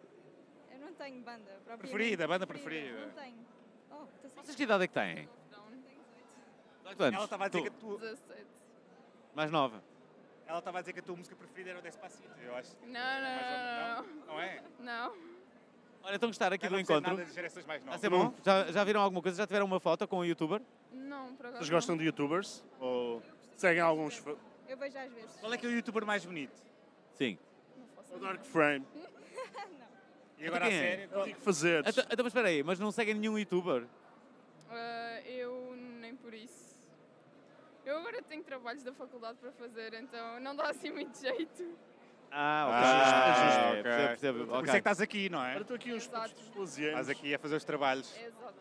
S14: Eu não tenho banda propriamente.
S1: Preferida, banda
S14: Não
S1: preferida.
S14: tenho. Oh, estou sem-
S1: Vocês que idade é que têm? Quantos?
S2: Ela estava a dizer
S1: Tu?
S2: que a tua...
S1: Mais nova.
S2: Ela estava a dizer que a tua música preferida era o Despacito, eu acho.
S8: Não, não, não, não.
S2: Não é?
S8: Não.
S1: Olha, estão a gostar aqui
S2: Eu
S1: do
S2: não percebo
S1: encontro.
S2: nada de gerações mais
S1: Está a
S2: novas.
S1: ser bom? Já, já viram alguma coisa? Já tiveram uma foto com um youtuber?
S8: Não, por acaso.
S3: Vocês
S8: não.
S3: gostam de youtubers? Ou seguem alguns... fa-
S14: Eu vejo às vezes.
S2: Qual é que é o youtuber mais bonito?
S1: Sim.
S3: O Dark Frame. Então
S2: E agora a
S1: Quem é?
S2: sério?
S3: Não digo fazer.
S1: Então, então, mas espera aí, mas não seguem nenhum youtuber?
S8: Ah, eu nem por isso. Eu agora tenho trabalhos da faculdade para fazer, então não dá assim muito jeito.
S1: Ah,
S2: Ah,
S1: ok. É,
S2: ok.
S1: percebo, percebo,
S2: Por
S1: ok.
S2: isso é que estás aqui, não é?
S3: Agora estou aqui uns
S8: Exato.
S3: putos deslezianos.
S2: Estás aqui a fazer os trabalhos.
S8: Exato.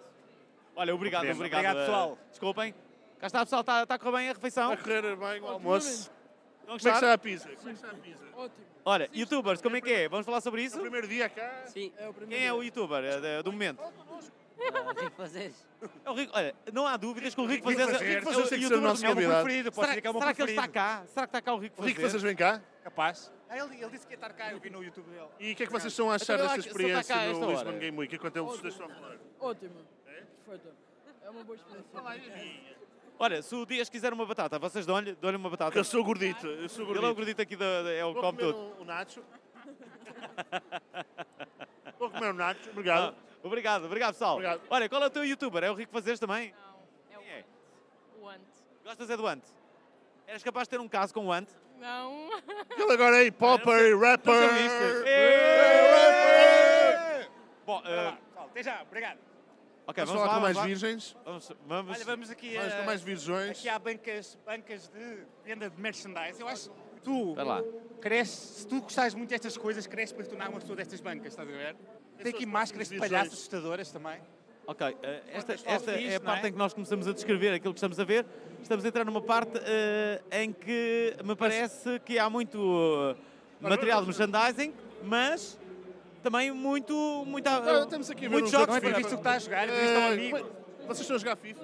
S1: Olha, obrigado,
S2: Compreendo.
S1: obrigado.
S2: Obrigado,
S1: eh,
S2: pessoal.
S1: Desculpem. Cá está, pessoal, está, está a correr bem a refeição?
S3: Vai correr bem o almoço.
S1: Estão a
S3: Como é que
S1: gostar?
S3: está a pizza? Como é que está a pizza?
S9: Ótimo.
S1: Olha, youtubers, como é que é? Vamos falar sobre
S3: É
S1: isso?
S3: o primeiro dia cá?
S9: Sim.
S12: É o
S1: Quem é o youtuber eh, de- do momento?
S6: O que fazes?
S1: É o Rico. Olha, não há dúvidas que o Rico
S3: Rico
S1: Fazeres é-
S3: Fazeres.
S1: é
S3: Rico Fazeres tem que ser o
S1: youtuber
S3: nosso
S1: do momento.
S3: convidado.
S2: Preferido, posso
S1: Será,
S2: dizer que é o meu
S1: será que ele
S2: preferido.
S1: está cá? Será que está cá o Rico
S3: O Rico,
S1: Fazeres?
S3: vocês vêm cá?
S2: Capaz. Ah, ele, ele disse que ia estar cá, eu vi no YouTube dele.
S3: E o que é que vocês estão a achar
S12: Então,
S3: desta
S12: eu acho que só está cá
S3: experiência
S12: esta
S3: no
S12: hora.
S3: Lisbon Game Week? Enquanto eles deixam falar.
S12: Ótimo. Perfeito. É uma boa experiência.
S1: Olha, se o Dias quiser uma batata, vocês dão-lhe dão uma batata.
S3: Eu sou gordito, eu sou
S1: Ele é o
S3: gordito.
S1: gordito aqui, da, da- é o
S3: Vou
S1: come
S3: comer
S1: todo.
S3: um, um nacho. Vou comer um nacho, obrigado.
S1: Ah, obrigado, obrigado pessoal.
S3: Obrigado.
S1: Olha, qual é o teu youtuber? É o Rico Fazeres também?
S15: Não,
S1: Quem é?
S15: é o Ant.
S1: Gostas é do Ant? Eras capaz de ter um caso com o Ant?
S15: Não.
S3: Ele agora é hip-hopper, e
S1: Não sei isto.
S3: rapper.
S1: Ei! Bom, eh,
S2: Pessoal, até já, obrigado.
S1: ok, vamos,
S3: Vamos falar
S1: lá,
S3: com
S1: vamos
S3: mais
S1: lá.
S3: virgens.
S1: Vamos, vamos.
S2: Olha, vamos aqui
S3: Vamos
S2: a...
S3: com mais virgões.
S2: Aqui há bancas, bancas de venda de merchandise. Eu acho tu
S1: Espera lá.
S2: cresces, se tu gostares muito destas coisas, cresces para te tornar uma pessoa destas bancas, estás a ver? Tem aqui máscaras de palhaço
S3: visões.
S2: assustadoras também.
S1: Ok, eh, esta,
S2: Fotos
S1: esta
S2: disso,
S1: é a
S2: não
S1: parte
S2: é?
S1: em que nós começamos a descrever aquilo que estamos a ver. Estamos a entrar numa parte eh, em que me parece que há muito eh, material de merchandising, mas também muito, muita,
S3: Não, estamos aqui a ver
S1: muito É,
S3: um
S1: choque.
S3: jogo de FIFA. Eh, Vocês estão a jogar FIFA?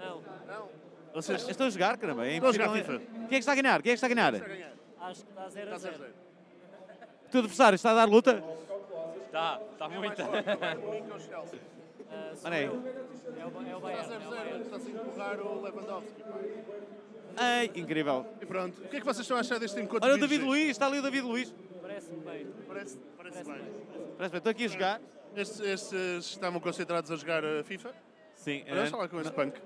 S15: Não. Não.
S1: Vocês... Estão a jogar, caramba. É
S3: Estão a jogar
S1: impossível.
S3: FIFA.
S1: Quem é que está a ganhar? Quem é que está a ganhar?
S15: Acho que está 0 a 0.
S1: O teu adversário está a dar luta?
S15: Está, está muito.
S3: então. Lincoln Chelsea. Ah,
S1: Olha aí.
S15: É o, é o
S3: Está
S15: Bayern.
S3: 0-0, está a se empurrar o Lewandowski. pá.
S1: Ai, incrível.
S3: E pronto, o que é que vocês estão a achar deste encontro?
S1: Olha o
S3: virgem?
S1: David Luiz, está ali o David Luiz.
S15: Parece-me bem.
S3: é? Parece, parece, bem.
S1: Parece bem, estou aqui a jogar.
S3: Estes, estes estavam concentrados a jogar eh, FIFA?
S1: Sim.
S3: Olha,
S1: eh,
S3: deixa lá com este punk.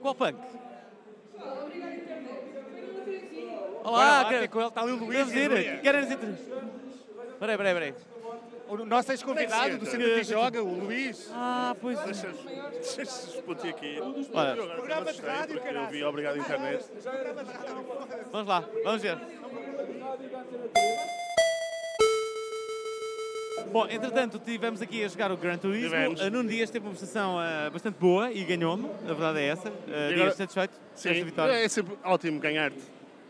S1: Qual punk?
S2: Bora
S1: Olá,
S2: lá,
S1: quer...
S2: ter com ele, está ali o Luís
S1: Vamos
S2: e a
S1: ir,
S2: Núria.
S1: que querem dizer? Peraí, peraí, peraí.
S2: O nosso ex-convidado do Centro de Joga, o Luís.
S1: Ah, pois
S3: Deixa- Deixa-se explodir aqui.
S1: Olha.
S3: Eu agora até me assustei, porque Eu vi, obrigado internet.
S1: né? Vamos lá, vamos ver. Bom, entretanto, tivemos aqui a jogar o Gran Turismo.
S3: Tivemos.
S1: A Nuno Dias teve uma prestação eh, bastante boa e ganhou-me, a verdade é essa. Eh,
S3: E agora-
S1: Dias, satisfeito com esta
S3: Sim,
S1: vitória?
S3: é sempre ótimo ganhar-te.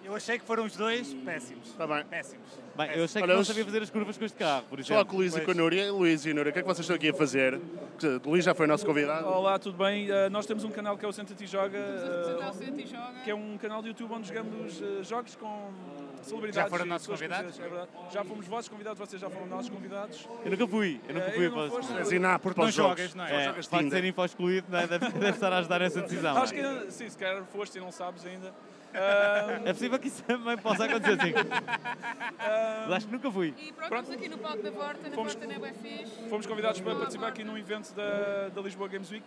S2: Eu achei que foram os dois péssimos.
S3: Tá
S2: Está bem. Péssimos.
S1: Bem, eu achei que
S3: Olha,
S1: não
S3: os-
S1: sabia fazer as curvas com este carro, por
S3: Só
S1: exemplo.
S3: com o Luís e com a Núria. Luís e Núria, o que é que vocês estão aqui a fazer? Que, O Luís já foi nosso convidado.
S11: Olá, tudo bem? Eh, nós temos um canal que é o Senta-te e Joga, eh,
S9: Joga.
S11: que é um canal de YouTube onde jogamos eh, jogos com celebridades.
S2: Já foram
S11: e
S2: nossos
S11: pessoas
S2: convidados?
S11: conhecidas, é verdade. Já fomos vossos convidados, vocês já foram nossos convidados.
S1: Eu nunca fui, eu
S3: É,
S1: nunca
S11: Eh,
S1: fui a
S11: ainda não foste?
S1: para
S3: És inapto para os jogos. Só
S1: É,
S3: jogas
S1: pode
S3: Tinder.
S1: ser info excluído, não é? deve, deve estar a ajudar essa decisão.
S11: Acho que ainda, sim, se calhar foste e não sabes ainda. Ah,
S1: É possível que isso também possa acontecer, sim.
S11: ah,
S1: Mas acho que nunca fui.
S16: E pronto, estamos aqui no palco da Porta, na
S11: Fomos-
S16: Porta na UFIS.
S11: Fomos convidados para participar aqui num evento da, da Lisboa Games Week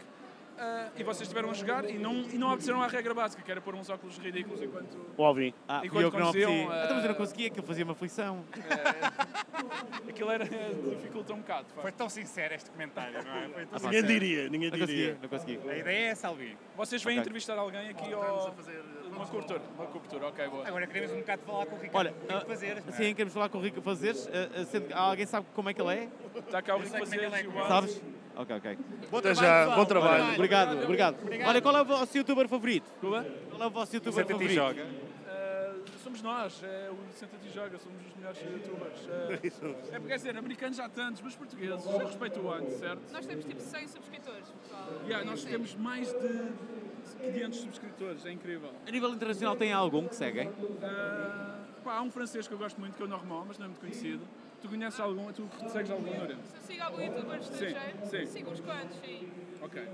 S11: ah, e vocês estiveram a jogar e não, e não obedeceram à regra básica, que era pôr uns óculos ridículos enquanto.
S3: O Alvin.
S1: Ah,
S11: E
S1: fui eu
S11: quando
S1: que não
S11: conduziam,
S1: obedi.
S11: eh,
S1: Então, mas eu não conseguia, aquilo fazia uma aflição.
S11: Aquilo era. dificulta um bocado.
S2: Foi tão sincero este comentário, não é? Foi tão
S1: Ah, pá,
S2: sincero.
S1: sério. não Consegui, não consegui.
S2: A ideia é essa, Alvin.
S11: Vocês vêm
S1: Ok.
S11: entrevistar alguém aqui ou. Uma cobertura. Uma cobertura, ok, boa.
S2: Agora queremos um bocado falar com o Ricardo.
S1: Olha, ah,
S2: o que é que fazeres, não é?
S1: sim, queremos falar com o Rico Fazeres. ah, ah, sendo que alguém sabe como é que ele é?
S11: Está cá o Rico fazer.
S2: é.
S1: Sabes? Ok, ok.
S3: Bom Até trabalho, já, pessoal. bom trabalho.
S1: Olha, obrigado, obrigado,
S11: Obrigado.
S1: Olha, qual é o vosso youtuber favorito?
S11: Cuba?
S1: Qual é o vosso youtuber favorito?
S11: somos nós, é o Senta-te e Joga, somos os melhores youtubers. Eh, é porque, quer dizer, americanos já há tantos, mas portugueses, eu respeito o ano, certo?
S16: Nós temos tipo 100 subscritores, pessoal.
S11: Yeah, nós temos mais de 500 subscritores, é incrível.
S1: A nível internacional tem algum que seguem?
S11: Ah, pá, há um francês que eu gosto muito, que é o Normal, mas não é muito conhecido. Tu conheces algum? Tu segues algum, Lorena?
S16: Se eu sigo algum youtuber estrangeiro,
S11: sim.
S16: sigo uns quantos, sim.
S11: Ok.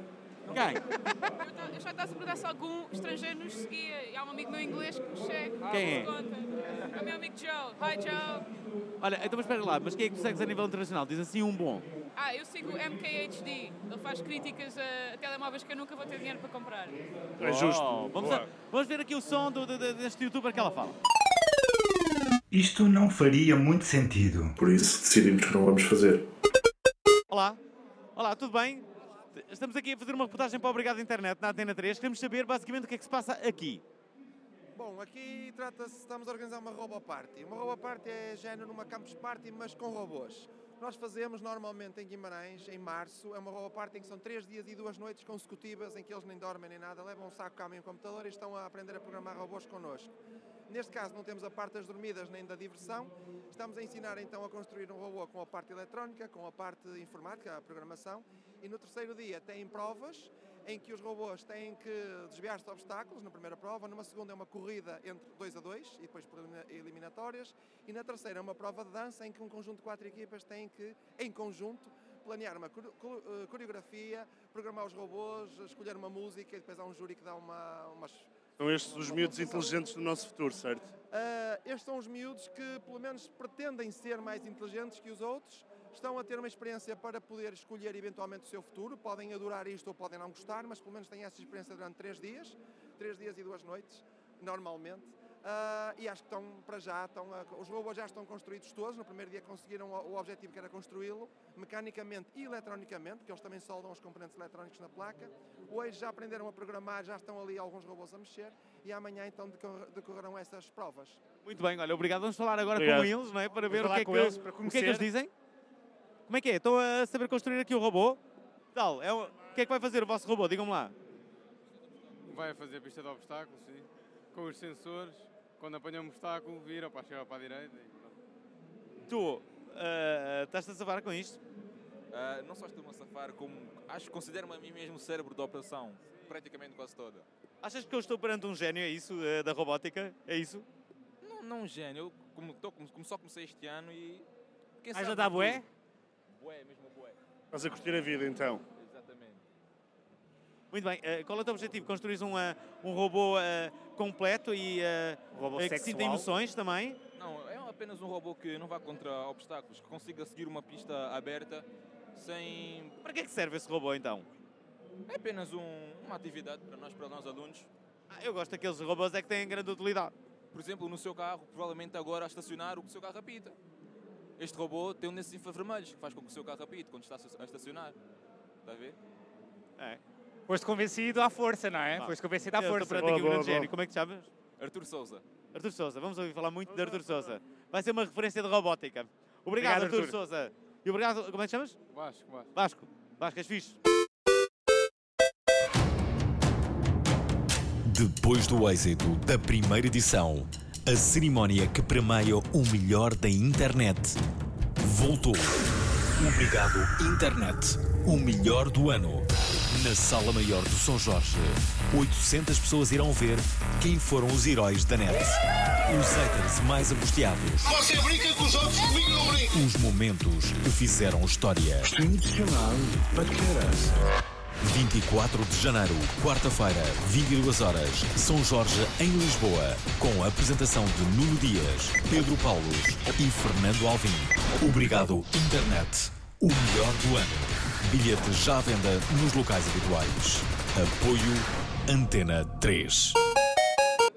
S16: Eu ta- Eu já estava a perguntar se algum estrangeiro nos seguia. E há um amigo meu inglês que me segue.
S1: Quem
S16: que me conta. É o meu amigo Joe. Hi, Joe.
S1: Olha, então mas espera lá, mas quem é que tu segues a nível internacional? Diz assim um bom.
S16: Ah, eu sigo o MKHD. Ele faz críticas a a telemóveis que eu nunca vou ter dinheiro para comprar.
S1: É
S3: justo.
S1: Vamos, a- vamos ver aqui o som do- do- do- deste youtuber que ela fala.
S17: Isto não faria muito sentido. Por isso decidimos que não vamos fazer.
S1: Olá, olá, tudo bem? Estamos aqui a fazer uma reportagem para o Obrigado Internet na Antena 3. Queremos saber basicamente o que é que se passa aqui.
S18: Bom, aqui trata-se, estamos a organizar uma robo party. Uma robo party é género numa campus party, mas com robôs. Nós fazemos normalmente em Guimarães, em março, é uma robo party em que são três dias e duas noites consecutivas em que eles nem dormem nem nada, levam um saco cá e um computador e estão a aprender a programar robôs connosco. Neste caso não temos a parte das dormidas nem da diversão, estamos a ensinar então a construir um robô com a parte eletrónica, com a parte informática, a programação, e no terceiro dia têm provas em que os robôs têm que desviar-se de obstáculos na primeira prova, numa segunda é uma corrida entre dois a dois e depois por elimina- eliminatórias, e na terceira é uma prova de dança em que um conjunto de quatro equipas têm que, em conjunto, planear uma core- co- eh, coreografia, programar os robôs, escolher uma música e depois há um júri que dá uma, umas
S3: São estes os miúdos inteligentes do nosso futuro, certo?
S18: ah, estes são os miúdos que, pelo menos, pretendem ser mais inteligentes que os outros, estão a ter uma experiência para poder escolher eventualmente o seu futuro, podem adorar isto ou podem não gostar, mas pelo menos têm essa experiência durante três dias, três dias e duas noites, normalmente. Ah, e acho que estão, para já, estão a- os robôs já estão construídos todos. No primeiro dia conseguiram o, o objetivo que era construí-lo, mecanicamente e eletronicamente, porque eles também soldam os componentes eletrónicos na placa. Hoje já aprenderam a programar, já estão ali alguns robôs a mexer. E amanhã, então, decor- decorrerão essas provas.
S1: Muito bem, olha, obrigado. Vamos falar agora
S2: Obrigado.
S1: com eles, não é? Para
S2: Vamos
S1: ver o
S2: falar
S1: que, é que,
S2: com eles, para
S1: o que é que eles
S2: conhecer.
S1: dizem. Como é que é? Estão a saber construir aqui o robô? Tal, é um- o que é que vai fazer o vosso robô? Digam-me lá.
S19: Vai fazer pista de obstáculos, sim. Com os sensores, quando apanha um obstáculo, vira para a esquerda ou para a direita. E pronto.
S1: Tu ah, estás-te a safar com isto?
S20: Ah, não só estou-me a safar, como acho que considero-me a mim mesmo o cérebro da operação, praticamente quase toda.
S1: Achas que eu estou perante um gênio, é isso? ah, da robótica? É isso?
S20: Não, não um gênio, eu como, tô, como, como só comecei este ano e. quem
S1: Mas
S20: sabe
S1: a dar
S20: futuro.
S1: bué?
S20: Bué, mesmo bué.
S3: Estás a curtir a vida, então.
S20: Exatamente.
S1: Muito bem, ah, qual é o teu objetivo? Construís um, ah, um robô ah, completo e ah,
S2: Um robô
S1: ah, que
S2: sexual?
S1: sinta emoções também?
S20: Não, é apenas um robô que não vá contra obstáculos, que consiga seguir uma pista aberta sem.
S1: Para que é que serve esse robô então?
S20: É apenas um- uma atividade para nós, para nós alunos.
S1: Ah, eu gosto daqueles robôs é que têm grande utilidade.
S20: Por exemplo, no seu carro, provavelmente agora a estacionar, o que o seu carro apita. Este robô tem um desses infravermelhos que faz com que o seu carro apite quando está a estacionar. Está a ver?
S1: É.
S2: Foste convencido à força, não é?
S1: Vá.
S2: Foste convencido à
S1: Ah. Eu
S2: força.
S1: estou perante aqui um grande gênio. Como é que te chamas?
S20: Arthur Souza.
S1: Arthur Souza, vamos ouvir falar muito de Arthur Souza. Vai ser uma referência de robótica. Obrigado,
S20: Obrigado,
S1: Arthur,
S20: Arthur.
S1: Souza. E obrigado, como é que te chamas?
S19: Vasco, Vasco.
S1: Vasco. Vasco, és fixe.
S21: Depois do êxito da primeira edição, a cerimónia que premia o melhor da internet voltou. Obrigado, internet. O melhor do ano. Na Sala Maior do São Jorge, 800 pessoas irão ver quem foram os heróis da net. Os haters mais angustiados.
S22: Você brinca com os outros comigo não brinca.
S21: Os momentos que fizeram história.
S17: Emocionante, para caras.
S21: 24 de janeiro, quarta-feira, 22 horas, São Jorge, em Lisboa, com a apresentação de Nuno Dias, Pedro Paulos e Fernando Alvim. Obrigado, Internet. O melhor do ano. Bilhete já à venda nos locais habituais. Apoio Antena 3.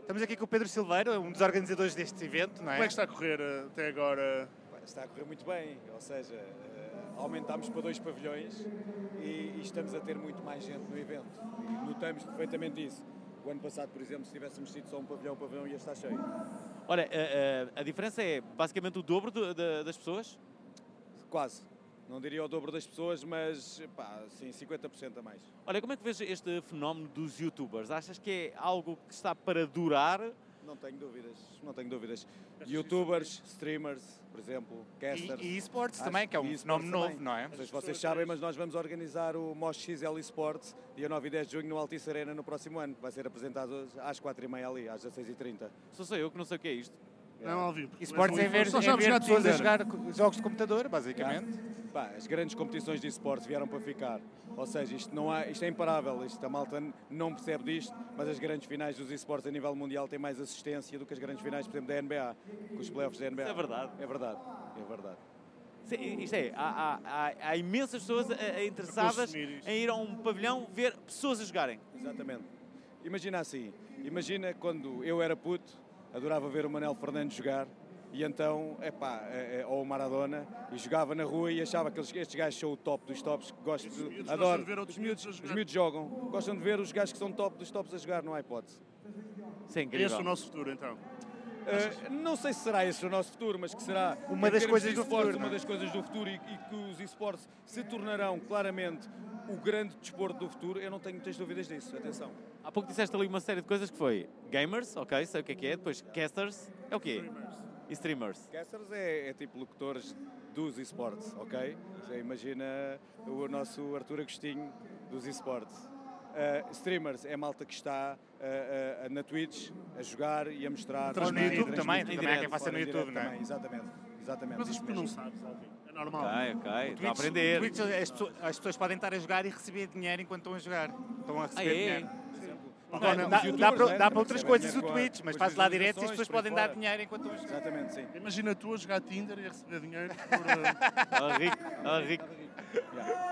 S2: Estamos aqui com o Pedro Silveira, um dos organizadores deste evento, não é?
S3: Como é que está a correr eh, até agora?
S23: Bem, Está a correr muito bem, ou seja, eh, aumentámos para dois pavilhões e, e estamos a ter muito mais gente no evento. E notamos perfeitamente isso. O ano passado, por exemplo, se tivéssemos sido só um pavilhão, o pavilhão ia estar cheio.
S1: Olha, eh, a, a- a diferença é basicamente o dobro do- da- das pessoas.
S23: Quase. Não diria o dobro das pessoas, mas pá, sim, 50% a mais.
S1: Olha, como é que vês este fenómeno dos youtubers? Achas que é algo que está para durar?
S23: Não tenho dúvidas, não tenho dúvidas. Youtubers, streamers, por exemplo, casters.
S2: e esportes também,
S23: Acho-
S2: que é um
S23: e esportes
S2: fenómeno novo,
S23: também.
S2: não é?
S23: Não sei se vocês sabem, mas nós vamos organizar o MOS XL Esportes dia 9 e 10 de junho no Altice Arena no próximo ano. Vai ser apresentado às 4h30 ali, às 16h30.
S1: Só sou eu que não sei o que é isto.
S23: Não, Alvio, porque
S2: E esportes
S23: és
S2: é
S23: um
S2: ver,
S23: influencer. Só
S2: é
S23: sabes
S2: ver
S23: jogar
S2: pessoas a
S23: Tinder.
S2: jogar co- jogos de computador, basicamente.
S23: Ah, Pá, as grandes competições de esportes vieram para ficar. Ou seja, isto, não há, isto é imparável. Isto, a malta n- não percebe disto, mas as grandes finais dos esportes a nível mundial têm mais assistência do que as grandes finais, por exemplo, da NBA, com os playoffs da NBA.
S1: Isso é verdade.
S23: É verdade, é verdade.
S1: Sim, Isto é, há, há- há- há imensas pessoas eh, eh, interessadas
S23: consumir isto.
S1: em ir a um pavilhão ver pessoas a jogarem.
S23: Exatamente. Imagina assim, imagina quando eu era puto, adorava ver o Manel Fernandes jogar, e então, epá, é, é, ou o Maradona, e jogava na rua e achava que eles- estes gajos são o top dos tops, que gosto,
S3: miúdos gostam
S23: adoro.
S3: de ver outros
S23: os, miúdos,
S3: miúdos a
S23: os
S3: jogar.
S23: miúdos jogam, gostam de ver os gajos que são top dos tops a jogar, não há hipótese.
S1: Sim,
S3: É esse o nosso futuro, então.
S23: Uh, não sei se será esse o nosso futuro, mas que será
S2: Uma
S23: em
S2: das
S23: termos
S2: coisas
S23: de
S2: do
S23: esportes,
S2: futuro, não
S23: uma
S2: é?
S23: das coisas do futuro e, e que os esportes se tornarão claramente o grande desporto do futuro. Eu não tenho muitas dúvidas disso. Atenção.
S1: Há pouco disseste ali uma série de coisas que foi gamers, ok, sei o que é que é, depois casters, é o quê? E streamers.
S23: Casters é, é tipo locutores dos esportes, ok? Você imagina o nosso Arthur Agostinho dos esportes. Uh, streamers é a malta que está uh, uh, na Twitch a jogar e a mostrar.
S2: Ou no
S23: E
S2: YouTube
S23: transmitir.
S2: também, também há quem
S23: Fora
S2: faça no
S23: em direto
S2: YouTube, não é?
S23: também, Exatamente, exatamente.
S2: Mas
S23: isso
S2: isto tu não
S23: mesmo.
S2: sabes, Alvin.
S3: É normal.
S23: Ok,
S1: ok, está a
S2: Twitch-
S1: aprender.
S2: o Twitch, as, pessoas, as pessoas podem estar a jogar e receber dinheiro enquanto estão a jogar. Estão a receber
S1: Ah, é?
S2: dinheiro.
S1: Por exemplo,
S2: Não,
S1: os
S2: dá- dá,
S1: youtubers,
S2: dá para,
S1: né,
S2: dá para
S1: também
S2: outras
S1: recebem
S3: é
S2: coisas o
S1: dinheiro com a-
S2: Twitch, mas
S1: com as
S2: faz lá direto e as
S1: visualizações,
S2: pessoas
S1: por aí
S2: podem dar
S1: fora.
S2: dinheiro enquanto estão a jogar.
S23: Exatamente, sim.
S3: Imagina tu a jogar Tinder e a receber dinheiro por.
S23: É
S1: Ah, rico, ah, rico.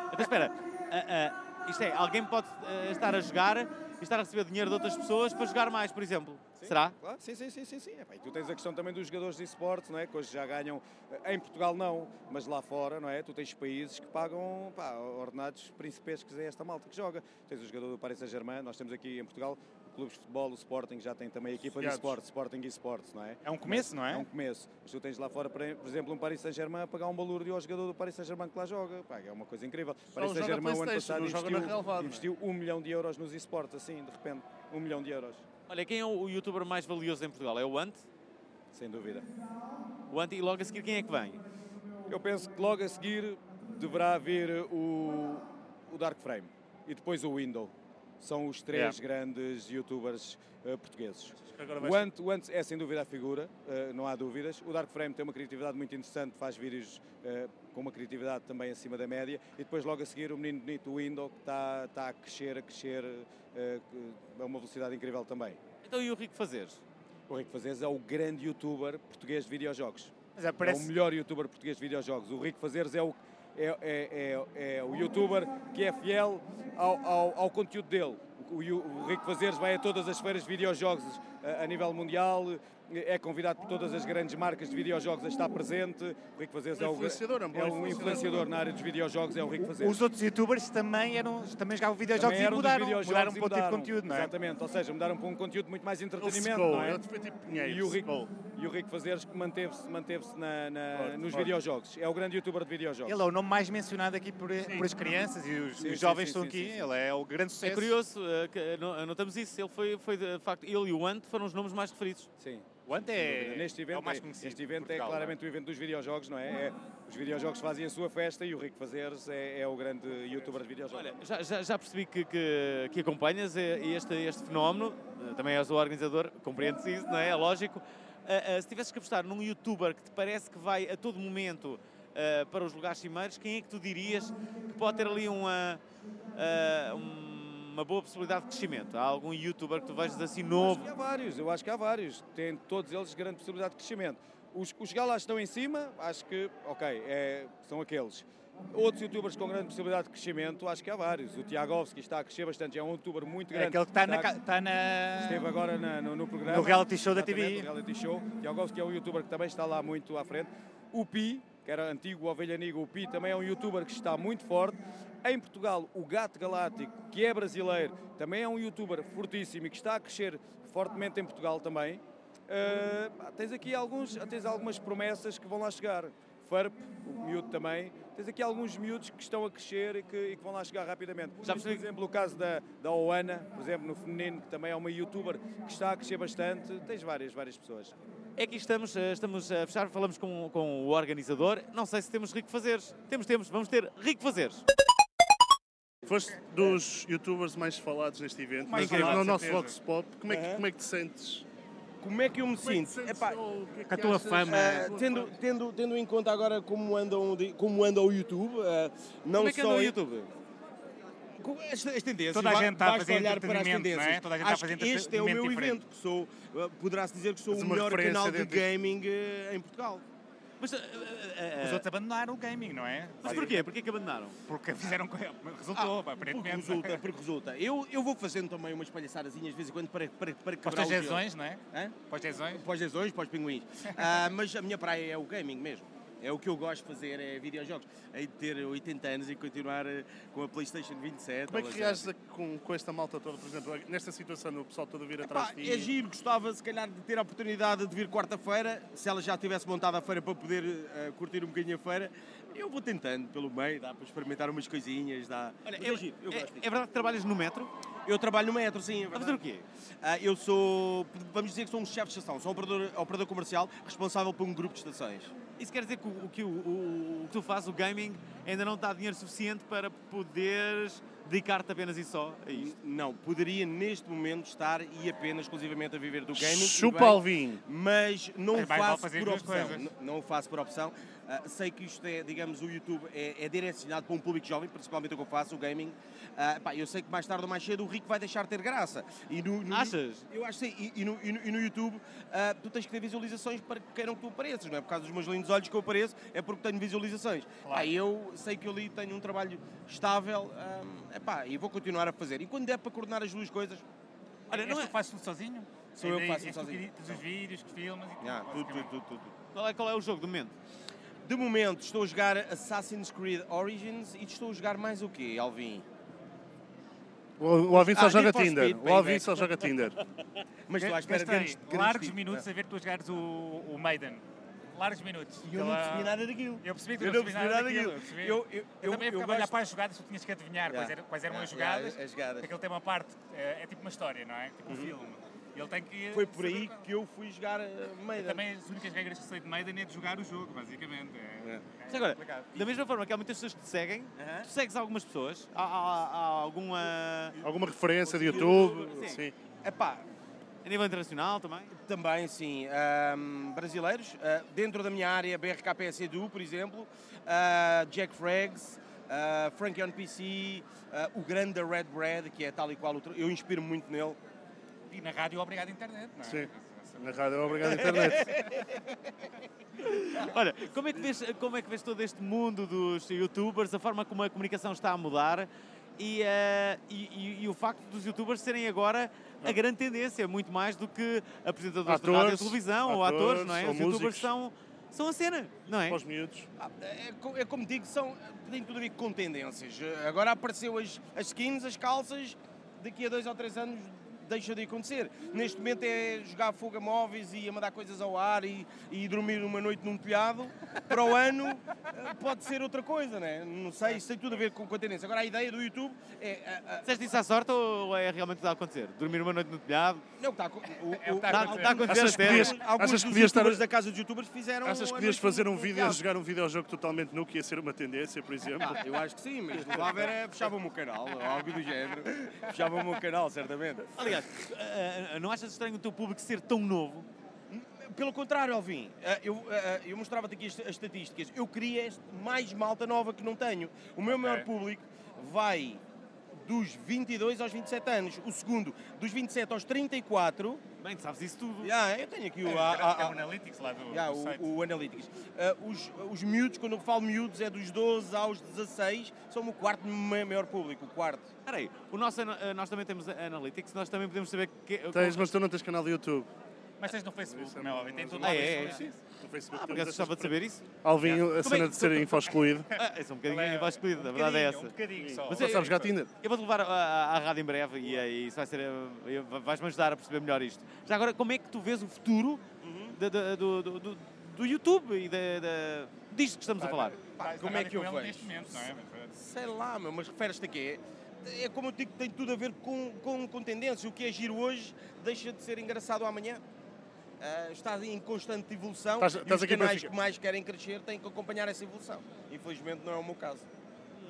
S1: Então espera, ah, ah, isto é, alguém pode ah, estar a jogar e estar a receber dinheiro de outras pessoas para jogar mais, por exemplo.
S23: Sim,
S1: Será?
S23: Claro, sim, sim, sim, sim. sim. Epá, e tu tens a questão também dos jogadores de esportes, não é? Que hoje já ganham, eh, em Portugal não, mas lá fora, não é? Tu tens países que pagam pá, ordenados principescos a esta malta que joga. Tens o jogador do Paris Saint-Germain, nós temos aqui em Portugal clubes de futebol, o Sporting já tem também a equipa de
S2: Associados.
S23: esportes, Sporting e Sports, não é?
S2: É um começo, não é?
S23: É um começo. Mas tu tens lá fora, por por exemplo, um Paris Saint-Germain a pagar um balúrdio ao jogador do Paris Saint-Germain que lá joga. Pá, é uma coisa incrível.
S9: Só
S23: Paris
S9: joga
S23: Saint-Germain o ano
S9: PlayStation,
S23: passado
S9: não joga
S23: investiu,
S9: na realidade, não é?
S23: investiu um milhão de euros nos esportes, assim, de repente. Um milhão de euros.
S1: Olha, quem é o youtuber mais valioso em Portugal? É o Ant?
S23: Sem dúvida.
S1: O Ant e logo a seguir quem é que vem?
S23: Eu penso que logo a seguir deverá vir o, o Dark Frame e depois o Window. São os três
S1: É.
S3: Yeah.
S23: grandes youtubers eh, portugueses.
S3: que agora vai
S23: O Ant, o Ant é sem dúvida a figura, eh, não há dúvidas. O Dark Frame tem uma criatividade muito interessante, faz vídeos eh, com uma criatividade também acima da média. E depois logo a seguir o menino bonito, o Window, que está está a crescer, a crescer eh, a uma velocidade incrível também.
S1: Então e o Rico Fazeres?
S23: O Rico Fazeres é o grande youtuber português de videojogos.
S2: Mas aparece-
S23: É o melhor youtuber português de videojogos. O Rico Fazeres é o, é, é, é, é o youtuber que é fiel ao, ao, ao conteúdo dele. O, Yu- o Rico Fazeres vai a todas as feiras de videojogos eh, a, a nível mundial, é convidado por todas as grandes marcas de videojogos a estar presente. O Rico Fazeres
S3: Um
S23: é, o,
S3: influenciador, é um bom
S23: é um
S3: influenciador.
S23: influenciador na área dos videojogos, é o Rico Fazeres.
S2: Os outros youtubers também, eram, também jogavam videojogos
S23: Também
S2: e
S23: eram dos
S2: mudaram,
S23: videojogos
S2: mudaram
S23: e
S2: para outro tipo de
S23: mudaram.
S2: conteúdo, não é?
S23: Exatamente, ou seja, mudaram para um conteúdo muito mais entretenimento,
S2: secou,
S23: não é?
S2: ele foi tipo Pinheiro,
S23: E o Rico,
S2: secou.
S23: e o Rico Fazeres que manteve-se manteve na, na-
S2: Forte,
S23: nos
S2: forte.
S23: videojogos. É o grande youtuber de videojogos.
S2: Ele é o nome mais mencionado aqui por, por as crianças e os,
S23: Sim,
S2: os
S23: sim,
S2: jovens
S23: sim,
S2: estão
S23: sim,
S2: aqui.
S23: sim, sim.
S2: Ele é o grande sucesso.
S1: É curioso, eh, que eh, no- notamos isso. Ele foi, foi, de facto, ele e o Ant foram os nomes mais referidos.
S23: Sim.
S2: O é Ant
S23: Sem dúvida. neste evento, este evento é claramente o evento dos videojogos, não é? É- Os videojogos fazem a sua festa e o Rico Fazeres é, é o grande youtuber de videojogos.
S1: Já, já- já percebi que, que- que acompanhas eh, este, este fenómeno, eh, também és o organizador, compreendes isso, não é? É lógico. Ah, ah, se tivesses que apostar num youtuber que te parece que vai a todo momento ah, para os lugares cimeiros, quem é que tu dirias que pode ter ali uma, ah, uma boa possibilidade de crescimento? Há algum youtuber que tu vejas assim novo?
S23: Eu acho que há vários, eu acho que há vários. Têm todos eles grande possibilidade de crescimento. Os, os galas estão em cima, acho que, ok, é, são aqueles. Outros youtubers com grande possibilidade de crescimento, acho que há vários. O Tiagovski está a crescer bastante, é um youtuber muito grande.
S2: É aquele que está na,
S23: Está-
S2: ca- está na-
S23: Esteve agora na- no, no programa.
S2: No reality show da
S23: Exatamente,
S2: TVI.
S23: No reality show. Tiagovski é um youtuber que também está lá muito à frente. O Pi, que era antigo Ovelha Niga, o Pi também é um youtuber que está muito forte. Em Portugal, o Gato Galáctico, que é brasileiro, também é um youtuber fortíssimo e que está a crescer fortemente em Portugal também. Eh, pá, tens aqui alguns, tens algumas promessas que vão lá chegar. Farp, o miúdo também. Tens aqui alguns miúdos que estão a crescer e que, e que vão lá chegar rapidamente. Já por exemplo, o caso da, da Oana, por exemplo, no feminino, que também é uma youtuber que está a crescer bastante. Tens várias, várias pessoas.
S1: É que estamos, eh, estamos a fechar, falamos com, com o organizador. Não sei se temos Rico Fazeres. Temos, temos, vamos ter Rico Fazeres.
S3: Foste dos youtubers mais falados neste evento,
S1: Mais
S3: mas no,
S1: falados,
S3: no nosso
S1: certeza.
S3: Vox Pop. Como é, que, como é que te sentes?
S5: Como é que eu me
S3: Como é que te
S5: sinto?
S3: sentes?
S5: Epá,
S3: Ou o que é que
S5: Ah,
S3: achas? Ah,
S5: tendo, tendo, tendo em conta agora como andam, de- como anda o YouTube, ah, não
S2: Como é que
S5: só
S2: anda o
S1: YouTube?
S5: As, as tendências,
S2: Toda a
S5: ba-
S2: gente está a
S5: basta
S2: fazer
S5: olhar para as
S2: entretenimento,
S5: tendências.
S2: não é? Toda a gente está a
S5: Acho
S2: fazer
S5: que este é o meu
S2: entretenimento diferente.
S5: evento, que sou, ah, poderá-se dizer que sou
S2: Mas
S5: o
S2: uma
S5: melhor
S2: referência
S5: canal de
S2: dentro disto.
S5: gaming ah, em Portugal.
S1: Mas,
S2: eh,
S1: eh,
S2: Os outros abandonaram o gaming, não é?
S1: Mas porquê? Porquê que abandonaram?
S2: Porque fizeram... co- Resultou, pá,
S5: Ah, Porque
S2: aparentemente.
S5: resulta, porque resulta. Eu, eu vou fazendo também umas palhaçadazinhas de vez em quando para, para, para quebrar
S2: teus
S5: o gelo.
S2: jezões, não é?
S5: Hã?
S2: Para os jezões?
S5: Para os jezões, para os pinguins. Ah, mas a minha praia é o gaming mesmo. É o que eu gosto de fazer, é videojogos. Hei de ter 80 anos e continuar eh, com a Playstation 27.
S3: Como é
S5: ou
S3: que
S5: lá
S3: reages a- com, com esta malta toda, por exemplo, nesta situação do pessoal todo vir atrás
S5: Pá,
S3: de ti?
S5: é giro, gostava se calhar de ter a oportunidade de vir quarta-feira, se ela já tivesse montado a feira para poder eh, curtir um bocadinho a feira. Eu vou tentando pelo meio, dá para experimentar umas coisinhas, dá. Mas é, giro, eu gosto.
S1: É verdade que trabalhas no metro?
S5: Eu trabalho no metro, sim. É
S1: fazer o quê?
S5: eu sou, vamos dizer que sou um chefe de estação, sou um operador, operador comercial responsável por um grupo de estações.
S1: Isso quer dizer que o, o que o- o- o que tu fazes, o gaming, ainda não está dinheiro suficiente para poderes dedicar-te apenas e só a isto?
S5: Não, poderia neste momento estar e apenas exclusivamente a viver do gaming. tudo
S1: Chupa,
S5: bem,
S1: Alvin.
S5: Mas não
S1: É,
S5: o
S1: vai mal
S5: faço
S1: fazer
S5: por
S1: duas
S5: opção.
S1: coisas.
S5: N- Não o faço por opção. Ah, sei que isto é, digamos, o YouTube é, é direcionado para um público jovem, principalmente o que eu faço, o gaming. Ah, pá, eu sei que mais tarde ou mais cedo o rico vai deixar de ter graça. E no, no-
S1: Achas?
S5: Eu acho que sim. E, e no, e no- e no YouTube ah, tu tens que ter visualizações para que queiram que tu apareças. Não é por causa dos meus lindos olhos que eu apareço, é porque tenho visualizações. Pá, eu sei que ali tenho um trabalho estável ah, epá, e vou continuar a fazer. E quando der para coordenar as duas coisas,
S1: Olha,
S2: Olha,
S1: não
S2: não
S1: é-
S2: que fazes tudo sozinho?
S1: Sou eu é que
S2: Ainda
S1: faço
S2: és
S1: tudo
S2: é tu que
S1: sozinho.
S2: editas os vídeos, que filmas e tudo.
S5: Yeah, tudo,
S2: Ah, basicamente.
S5: tudo, tudo, tudo.
S1: Qual é, qual é o jogo do momento?
S5: De momento estou a jogar Assassin's Creed Origins e estou a jogar mais o quê, Alvin?
S3: O o Alvin só
S5: Ah,
S3: joga
S5: Need for
S3: Tinder.
S5: Speed,
S3: O
S5: bem
S3: Alvin
S5: velho.
S3: só joga Tinder.
S5: Mas estou à espera de
S2: Gastei
S5: grandes, grandes
S2: largos
S5: tipos,
S2: minutos
S5: não é?
S2: a ver tu a jogares o, o Maiden. Largos minutos.
S5: E eu não
S2: Aquela-
S5: percebi nada daquilo.
S2: Eu percebi que tu
S5: Eu
S2: não
S5: não
S2: percebi
S5: percebi
S2: nada
S5: nada
S2: daquilo.
S5: daquilo.
S2: percebi.
S5: Eu- eu- eu-
S2: também
S5: eu
S2: ficava a olhar
S5: gosto-
S2: para as jogadas, tu tinhas que adivinhar
S5: Yeah.
S2: quais eram, quais eram
S5: Yeah,
S2: as jogadas.
S5: yeah, as jogadas.
S2: Porque ele tem uma parte, eh, é tipo uma história, não é?
S1: Uhum.
S2: Tipo um filme. E Ele tem que
S5: Foi por aí
S2: saber-
S5: que eu fui jogar eh,
S2: Eu
S5: Maiden.
S2: Também as únicas regras que sei de Maiden é de jogar o jogo, basicamente. É,
S1: Mas agora,
S2: complicado.
S1: da mesma forma que há muitas pessoas que te seguem, tu segues algumas pessoas? Há, há- há alguma...
S3: Alguma referência de YouTube? Sim.
S5: Epá,
S1: A nível internacional também?
S5: Também, sim. Ahm, brasileiros, ah, dentro da minha área, BRKPS Edu, por exemplo, ah, Jack Frags, ah, Frank on PC, ah, o grande da Red Bread, que é tal e qual outro. Eu inspiro-me muito nele.
S2: E na rádio, obrigado à internet, não é?
S3: Sim. Na rádio, obrigado, internet.
S1: Olha, como é, que vês, como é que vês todo este mundo dos youtubers, a forma como a comunicação está a mudar e, eh, e- e- e o facto dos youtubers serem agora a grande tendência, muito mais do que apresentadores de rádio e
S3: Ah. Atores,
S1: televisão ou
S3: atores,
S1: atores, não é?
S3: ou
S1: Os youtubers
S3: músicos.
S1: são, são a cena, não é?
S3: Para os miúdos.
S5: Ah, É, co- é como digo, são, tem tudo a ver com tendências. Eh, Agora apareceu as, as skins, as calças, daqui a dois ou três anos deixa de acontecer. Neste momento é jogar fuga móveis e a mandar coisas ao ar e, e dormir uma noite num telhado. Para o ano eh, pode ser outra coisa, né? não sei, isso tem tudo a ver com, com a tendência. Agora a ideia do YouTube é... a- a-
S1: Disseste isso à sorte ou é realmente o que está a acontecer? Dormir uma noite no telhado?
S5: Não, está a co- o-
S1: É o que
S5: o-
S1: está a acontecer. Está a acontecer
S3: Achas que
S1: até.
S3: podias-
S1: Alguns
S3: achas que
S5: dos
S3: podias estar...
S5: youtubers da casa dos youtubers fizeram
S3: Achas
S5: a
S3: que
S5: noite
S3: podias fazer
S5: no-
S3: um
S5: no
S3: vídeo a
S5: telhado.
S3: jogar um videojogo totalmente nu que ia ser uma tendência, por exemplo?
S5: Ah, eu acho que sim, mas levava era, fechavam-me o canal, ou algo do género. Fechavam-me o canal, certamente.
S1: Aliás, eh, eh, não achas estranho o teu público ser tão novo?
S5: Pelo contrário, Alvin, eh, eu, eh, eu mostrava-te aqui as as estatísticas. Eu queria este- mais malta nova que não tenho. O meu maior público vai dos 22 aos 27 anos. O segundo, dos 27 aos 34.
S1: Bem, tu sabes isso tudo.
S5: Yeah, eu tenho aqui o,
S2: É,
S5: a- a-
S2: tem o
S5: a-
S2: Analytics lá do-
S5: Yeah,
S2: do site.
S5: o, o Analytics. Eh, os, os miúdos, quando eu falo miúdos, é dos 12 aos 16, são o quarto ma- maior público, o quarto.
S1: Espera aí, o nosso, ana- eh, nós também temos analytics, nós também podemos saber que... eh,
S3: Tens, mas tu não tens canal de YouTube.
S2: Mas tens no Facebook, como é óbvio. Tem tudo
S1: Ah,
S2: lá
S1: é,
S2: no
S1: é,
S2: Facebook.
S1: é.
S3: No Facebook
S1: Ah, por
S3: temos
S1: acaso gostava
S3: essas
S1: de saber isso.
S3: Alvin, a
S1: Como é
S3: cena
S1: que-
S3: de ser info-excluído.
S1: Ah, é só um bocadinho info-excluído, a verdade é
S2: bocadinho,
S1: essa.
S2: um bocadinho só.
S1: Mas
S3: Não
S1: eu-
S3: sabes jogar Tinder?
S1: Eu vou-te levar à, à- à rádio em breve e, aí isso vai ser, eh, vais-me ajudar a perceber melhor isto. Já agora, como é que tu vês o futuro da- da- do, do- do- do YouTube e da, da, disto que estamos a falar?
S5: Pá, como é que eu
S2: Tá, com ele
S5: vejo?
S2: neste momento, não é? Mas,
S5: Sei lá, meu, mas referes-te a quê? É como eu digo, tem tudo a ver com, com, com tendência. O que é giro hoje deixa de ser engraçado amanhã. Ah, está em constante evolução
S3: Estás-
S5: e
S3: estás
S5: os
S3: aqui para
S5: canais
S3: ficar.
S5: que mais querem crescer têm que acompanhar essa evolução. Infelizmente não é o meu caso.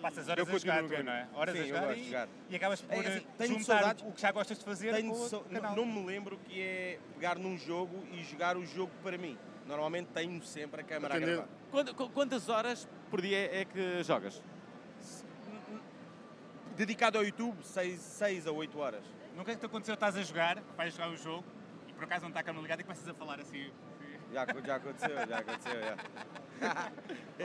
S2: Passas horas a jogar, tu, não é? Horas
S5: Sim,
S2: a jogar,
S5: eu gosto
S2: e,
S5: de jogar.
S2: e acabas por
S5: É, assim,
S2: eh,
S5: tenho
S2: juntar
S5: saudades-
S2: o que já gostas de fazer
S5: Tenho
S2: com o
S5: so-
S2: outro canal.
S5: Não me lembro que é pegar num jogo e jogar o jogo para mim. Normalmente tenho sempre a câmera a gravar.
S1: Quant- qu- quantas horas por dia é que jogas?
S5: Dedicado ao YouTube, 6 a 8 horas.
S2: Nunca te aconteceu, estás a jogar, vais jogar o jogo e por acaso não está a câmera ligada e começas a falar assim.
S5: Já, acon- já aconteceu, já aconteceu, já.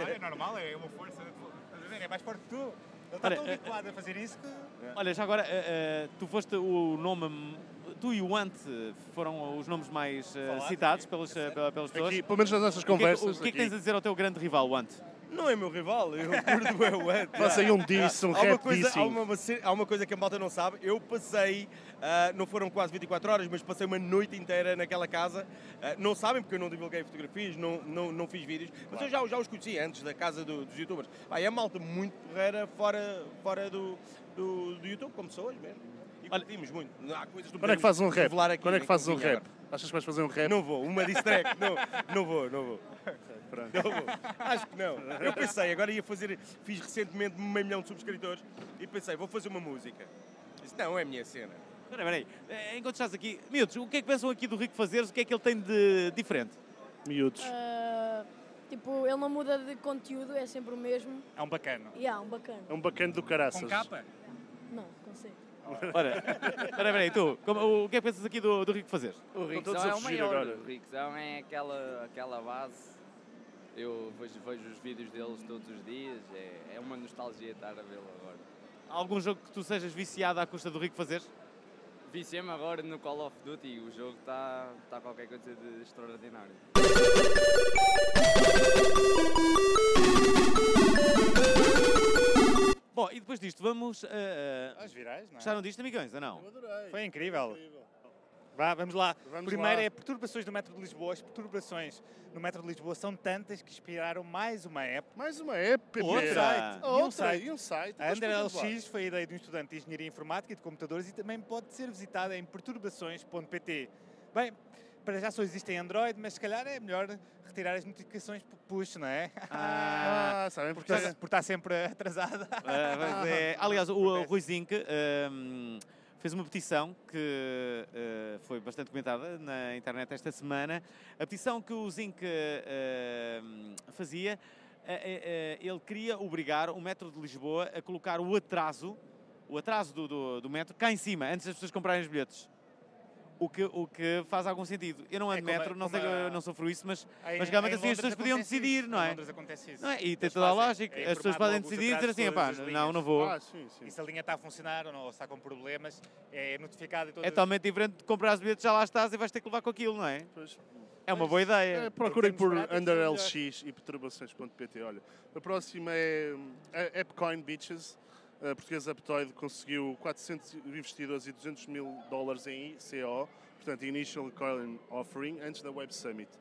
S2: Olha, é normal, é uma força. Estás a ver? É mais forte que tu. Ele está
S1: Olha,
S2: tão
S1: eh,
S2: habituado a fazer isso que.
S1: É. Olha, já agora, eh, eh, tu foste o nome... Tu e o Ant eh, foram os nomes mais eh, citados pelas, eh, pela- pelas pessoas.
S3: É Aqui, pelo menos nas nossas
S1: O que é que-
S3: conversas,
S1: O que é que
S3: aqui.
S1: tens a dizer ao teu grande rival, o Ant?
S5: Não é meu rival, eu curto é o Ant.
S3: Faça aí um diss, um
S5: há uma
S3: rap
S5: coisa, há,
S3: dissing.
S5: uma, mace- há uma coisa que a malta não sabe. Eu passei, ah, não foram quase 24 horas, mas passei uma noite inteira naquela casa. Ah, não sabem porque eu não divulguei fotografias, não, não, não fiz vídeos, mas eu já, já os conheci antes da casa do- dos youtubers. Pá, é malta muito porreira fora, fora do, do, do YouTube, como pessoas mesmo. E curtimos muito. Há coisas que não
S3: Quando é que fazes um
S5: podemos
S3: rap?
S5: revelar aqui,
S3: Quando é que
S5: nem
S3: fazes um
S5: convinha
S3: rap?
S5: agora.
S3: Achas que vais fazer um rap?
S5: Não vou, uma diss track. Não, não vou, não vou.
S3: Pronto.
S5: Não vou. Acho que não. Eu pensei, agora ia fazer. Fiz recentemente meio milhão de subscritores e pensei, vou fazer uma música. Isso não é a minha cena.
S1: Espera aí, espera aí. Eh, Enquanto estás aqui, miúdos, o que é que pensam aqui do Rico Fazeres? O que é que ele tem de diferente?
S3: Miúdos.
S4: Ah, tipo, ele não muda de conteúdo, é sempre o mesmo.
S2: É um bacano.
S4: E há um bacana.
S3: É um bacana do caraças.
S4: Com capa? Não, consigo.
S1: Ora, espera aí, espera aí, tu, como- o que é que pensas aqui do, do Rico Fazeres?
S7: O Rickzão é o maior. O Rickzão é aquela, aquela base. Eu vejo, vejo os vídeos deles todos os dias. É, é uma nostalgia estar a vê-lo agora.
S1: Há algum jogo que tu sejas viciado à custa do Rico Fazeres?
S7: Viciei-me agora no Call of Duty. O jogo está tá qualquer coisa de extraordinário.
S1: Bom, e depois disto, vamos... eh,
S2: Aos virais, não é?
S1: Gostaram disto, amigões, ou não?
S2: Foi incrível. Vá, vamos lá.
S1: Vamos
S2: Primeiro
S1: lá.
S2: é perturbações do metro de Lisboa. As perturbações no metro de Lisboa são tantas que inspiraram mais uma app. Mais uma app,
S3: Pepe.
S2: Outro site.
S3: Outra,
S2: E um
S3: outra,
S2: site.
S3: e um site.
S2: A Under
S3: Estás perturbado.
S2: LX foi a ideia de um estudante de Engenharia Informática e de Computadores e também pode ser visitada em perturbações.pt. Bem, para já só existem Android, mas se calhar é melhor retirar as notificações por push, não é?
S1: Ah, sabem
S2: porque,
S1: porque-
S2: está, porque está sempre atrasada.
S1: Ah, mas é- aliás, o uh, Rui Zinc ahm, fez uma petição que ah, foi bastante comentada na internet esta semana. A petição que o Zinc ah, ahm, fazia, ah, ah, ah, ele queria obrigar o metro de Lisboa a colocar o atraso, o atraso do, do, do metro, cá em cima, antes das pessoas comprarem os bilhetes. O que, o que faz algum sentido. Eu não ando de
S2: É como a-
S1: metro, não, sei,
S2: como a-
S1: eu não sofro isso, mas,
S2: Aí
S1: mas
S2: em-
S1: realmente
S2: em
S1: assim as pessoas
S2: Londres
S1: podiam
S2: acontece
S1: decidir,
S2: isso.
S1: não
S2: Em
S1: é?
S2: Londres acontece isso.
S1: Não é? E tem
S2: Eles
S1: toda a
S2: fazem.
S1: lógica.
S2: É
S1: As pessoas
S2: informado
S1: podem
S2: logo os
S1: decidir e dizer
S2: atrasos de
S1: assim,
S2: todas
S1: "Epá,
S2: as
S1: não,
S2: linhas."
S1: não vou. Ah, sim, sim.
S2: E se a linha está a funcionar ou não, ou se está com problemas, é notificado e todas
S1: É totalmente diferente de comprar os bilhetes, já lá estás e vais ter que levar com aquilo, não é? É uma boa ideia.
S3: É, procurem por UnderLX e perturbações.pt. Olha, a próxima é hum, a AppCoin Beaches. A portuguesa Aptoide conseguiu 400 investidores e 200 mil dólares em ICO, portanto, Initial Coin Offering, antes da Web Summit.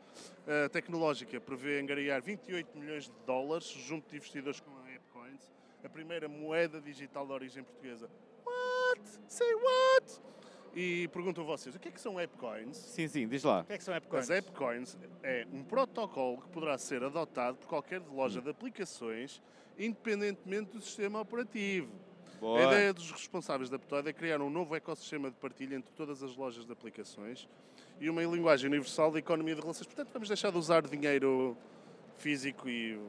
S3: A tecnológica prevê angariar 28 milhões de dólares junto de investidores com a AppCoins, a primeira moeda digital de origem portuguesa. What? Say what? E pergunto a vocês, o que é que são AppCoins?
S1: Sim, sim, diz lá. O que
S2: é que são
S3: As AppCoins é um protocolo que poderá ser adotado por qualquer loja de aplicações, independentemente do sistema operativo.
S1: Boa.
S3: A ideia dos responsáveis da Petoide é criar um novo ecossistema de partilha entre todas as lojas de aplicações e uma linguagem universal da economia de relações. Portanto, vamos deixar de usar dinheiro físico e... então,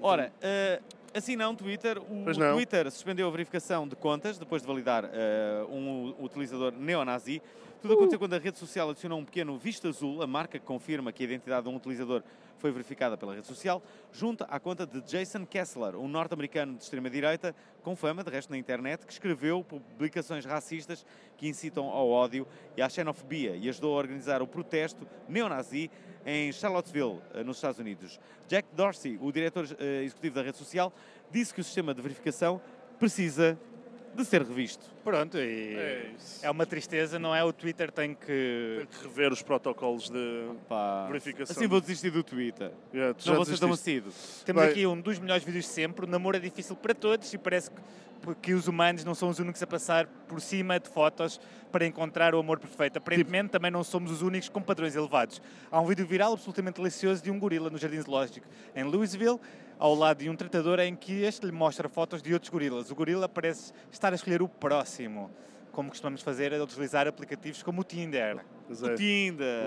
S1: Ora, eh, assim não, Twitter. O
S3: Pois não.
S1: Twitter suspendeu a verificação de contas depois de validar eh, um utilizador neonazi.
S3: Uh!
S1: Tudo aconteceu quando a rede social adicionou um pequeno visto azul, a marca que confirma que a identidade de um utilizador foi verificada pela rede social, junto à conta de Jason Kessler, um norte-americano de extrema-direita, com fama, de resto, na internet, que escreveu publicações racistas que incitam ao ódio e à xenofobia e ajudou a organizar o protesto neonazi em Charlottesville, eh, nos Estados Unidos. Jack Dorsey, o diretor eh, executivo da rede social, disse que o sistema de verificação precisa de ser revisto.
S2: Pronto, e
S1: É
S2: é, uma tristeza, não é? O Twitter tem que...
S3: Tem que rever os protocolos de verificação.
S1: Assim vou desistir do Twitter.
S3: Yeah, É, tu
S1: não
S3: já
S1: vou ser tão
S3: desististe.
S1: assíduo.
S2: Temos
S3: Bem.
S2: aqui um dos melhores vídeos de sempre. O namoro é difícil para todos e parece que, que os humanos não são os únicos a passar por cima de fotos para encontrar o amor perfeito.
S3: Tipo-
S2: Aparentemente, também não somos os únicos com padrões elevados. Há um vídeo viral absolutamente delicioso de um gorila no Jardim Zoológico, em Louisville, ao lado de um tratador em que este lhe mostra fotos de outros gorilas. O gorila parece estar a escolher o próximo, como costumamos fazer a utilizar aplicativos como o Tinder.
S3: é. O Tinder. O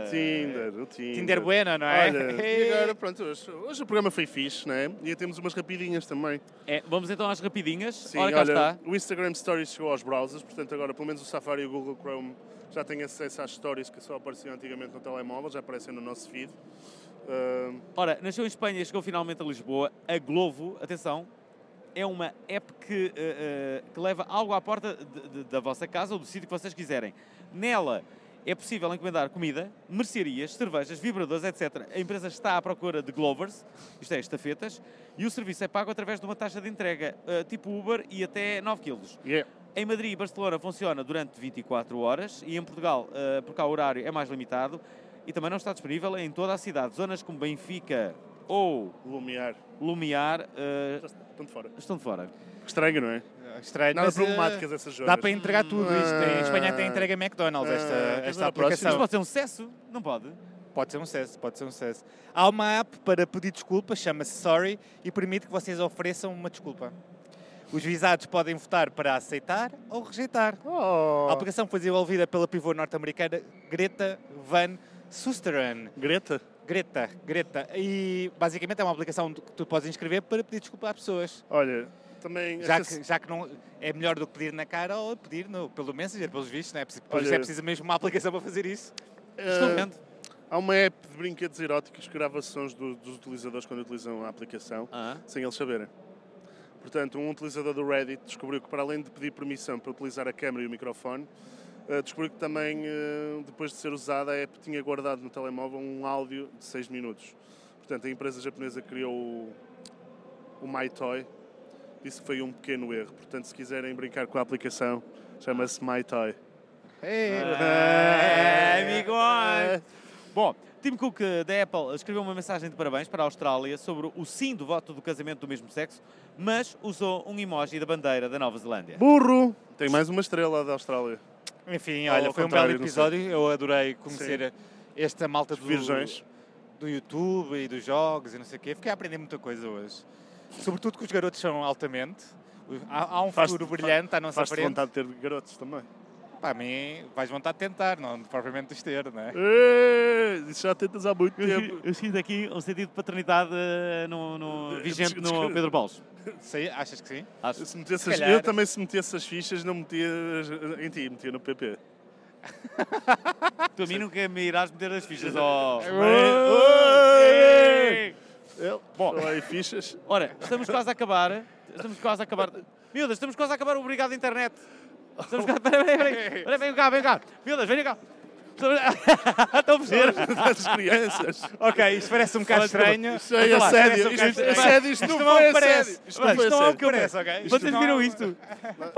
S3: Tinder, o Tinder.
S2: Tinder bueno, não é?
S3: Olha, e agora, pronto, hoje, hoje o programa foi fixe, não é? E temos umas rapidinhas também.
S1: É, vamos então às rapidinhas.
S3: Sim,
S1: Ora, cá
S3: olha,
S1: está.
S3: o Instagram Stories chegou aos browsers, portanto agora pelo menos o Safari e o Google Chrome já têm acesso às Stories que só apareciam antigamente no telemóvel, já aparecem no nosso feed. Ah,
S1: Ora, nasceu em Espanha e chegou finalmente a Lisboa. A Glovo, atenção, é uma app que, eh, eh, que leva algo à porta de- de- da vossa casa ou do sítio que vocês quiserem. Nela é possível encomendar comida, mercearias, cervejas, vibradores, etc. A empresa está à procura de Glovers, isto é, estafetas, e o serviço é pago através de uma taxa de entrega, eh, tipo Uber, e até 9 quilos. Em Madrid e Barcelona funciona durante 24 horas e em Portugal, eh, por cá o horário é mais limitado e também não está disponível em toda a cidade. Zonas como Benfica ou
S3: Lumiar,
S1: Lumiar eh,
S3: estão de fora.
S1: Estão de fora.
S3: Estranho, não é?
S2: Estranho,
S3: Nada
S2: mas, eh,
S3: problemáticas essas
S2: dá
S3: jogas.
S2: para entregar tudo isto. né? Em Espanha até
S3: Ah,
S2: entrega McDonald's
S1: É
S2: esta-
S3: ah,
S2: esta
S3: queres ver a
S2: aplicação.
S1: Mas pode ser um sucesso? Não pode?
S2: Pode ser um sucesso, pode ser um sucesso. Há uma app para pedir desculpa, chama-se Sorry, e permite que vocês ofereçam uma desculpa. Os visados podem votar para aceitar ou rejeitar.
S3: Oh.
S2: A aplicação foi desenvolvida pela pivô norte-americana Greta Van Susteren.
S3: Greta?
S2: Greta, Greta. E basicamente é uma aplicação que tu podes inscrever para pedir desculpa a pessoas.
S3: Olha, também...
S2: Já
S3: esta-
S2: que, já que não é melhor do que pedir na cara ou pedir no, pelo Messenger, pelos vistos, não é? Preciso- Por isso é
S3: Olha-
S2: preciso mesmo uma aplicação para fazer isso.
S3: Ah, Há uma app de brinquedos eróticos que grava sons do- dos utilizadores quando utilizam a aplicação, sem eles saberem. Portanto, um utilizador do Reddit descobriu que, para além de pedir permissão para utilizar a câmera e o microfone, eh, descobri que também, eh, depois de ser usada, a app tinha guardado no telemóvel um áudio de 6 minutos. Portanto, a empresa japonesa criou o, o MyToy, disse que foi um pequeno erro. Portanto, se quiserem brincar com a aplicação, chama-se MyToy.
S1: É, amigões! Bom, Tim Cook eh, da Apple escreveu uma mensagem de parabéns para a Austrália sobre o sim do voto do casamento do mesmo sexo, mas usou um emoji da bandeira da Nova Zelândia.
S3: Burro! Tem mais uma estrela da Austrália.
S2: Enfim,
S3: Ou
S2: olha,
S3: ao
S2: foi um
S3: contrário,
S2: belo
S3: não sei.
S2: episódio. Eu adorei conhecer esta malta do,
S3: virgões.
S2: do YouTube e dos jogos e não sei o quê. Fiquei a aprender muita coisa hoje. Sobretudo que os garotos são altamente. O- Há, há um
S3: Faz-te-
S2: futuro brilhante
S1: Tá,
S2: à nossa
S3: faz-te
S2: frente.
S3: vontade de ter garotos também.
S2: Para mim, vais vontade de tentar, não propriamente de ter, não é?
S3: É, Isso já tentas há muito
S1: Eu, sinto- eu sinto aqui um sentido de paternidade eh, no, no, vigente no Pedro Paulo.
S2: Sei, achas que sim?
S1: Acho.
S3: Se metesse
S1: Se
S3: as-
S1: calhar.
S3: eu também, se metesse as fichas, não metia as- em ti, metia no PP.
S1: Tu a mim nunca me irás meter as fichas ao.
S3: Ei!
S1: Bom,
S3: Ai, fichas.
S1: Ora, estamos quase a acabar. Estamos quase a acabar. Miúdas, estamos quase a acabar. Obrigado, internet. Estamos quase. Peraí, peraí, peraí. Olha, Vem cá, vem cá. Miúdas, venham cá. Estamos- Estão a mexer.
S3: As crianças.
S2: Ok, isto parece um bocado
S1: Olha, desculpa.
S2: estranho.
S1: Isto é
S2: Mas,
S1: assédio.
S2: parece um bocado
S1: Isto-
S2: estranho.
S1: assédio, isto não
S2: é o que
S1: foi
S2: parece.
S1: assédio. Isto é. não
S2: Mas
S1: foi
S2: é o
S1: assédio.
S2: que parece, ok?
S1: Vocês
S2: Isto não-
S1: viram isto?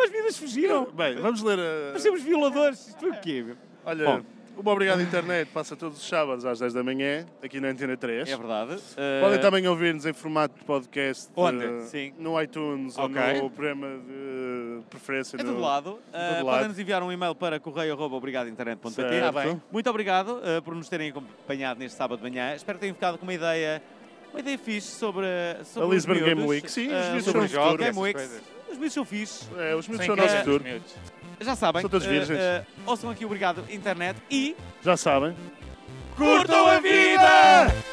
S1: As vidas fugiram.
S3: Bem, vamos ler a-
S1: Parecemos violadores. Isto foi o quê? meu?
S3: Olha,
S1: Bom.
S3: uma obrigado internet passa todos os sábados às 10 da manhã, aqui na Antena 3.
S1: É verdade. Eh,
S3: Podem também ouvir-nos em formato de podcast.
S1: Onde?
S3: eh,
S1: Sim.
S3: No iTunes
S1: Ok.
S3: ou no programa de preferência.
S1: É
S3: no-
S1: todo lado.
S3: de
S1: Ah,
S3: todo lado.
S1: Podem-nos enviar um e-mail para correio.obrigadointernet.pt.
S3: Certo. Ah, bem.
S1: Muito obrigado ah, por nos terem acompanhado neste sábado de manhã. Espero que tenham ficado com uma ideia, uma ideia fixe sobre, sobre
S3: A Lisbon
S1: os miúdos.
S3: Game Week. Sim, os
S1: Ah,
S3: miúdos
S1: sobre
S3: são o futuro.
S1: Game
S3: Essas
S1: Weeks.
S3: coisas.
S1: Os miúdos são fixes.
S3: É, os miúdos são o nosso futuro.
S1: Já sabem.
S3: São todos
S1: ah,
S3: virgens.
S1: ah, ouçam aqui Obrigado Internet e
S3: Já sabem.
S1: curtam a vida!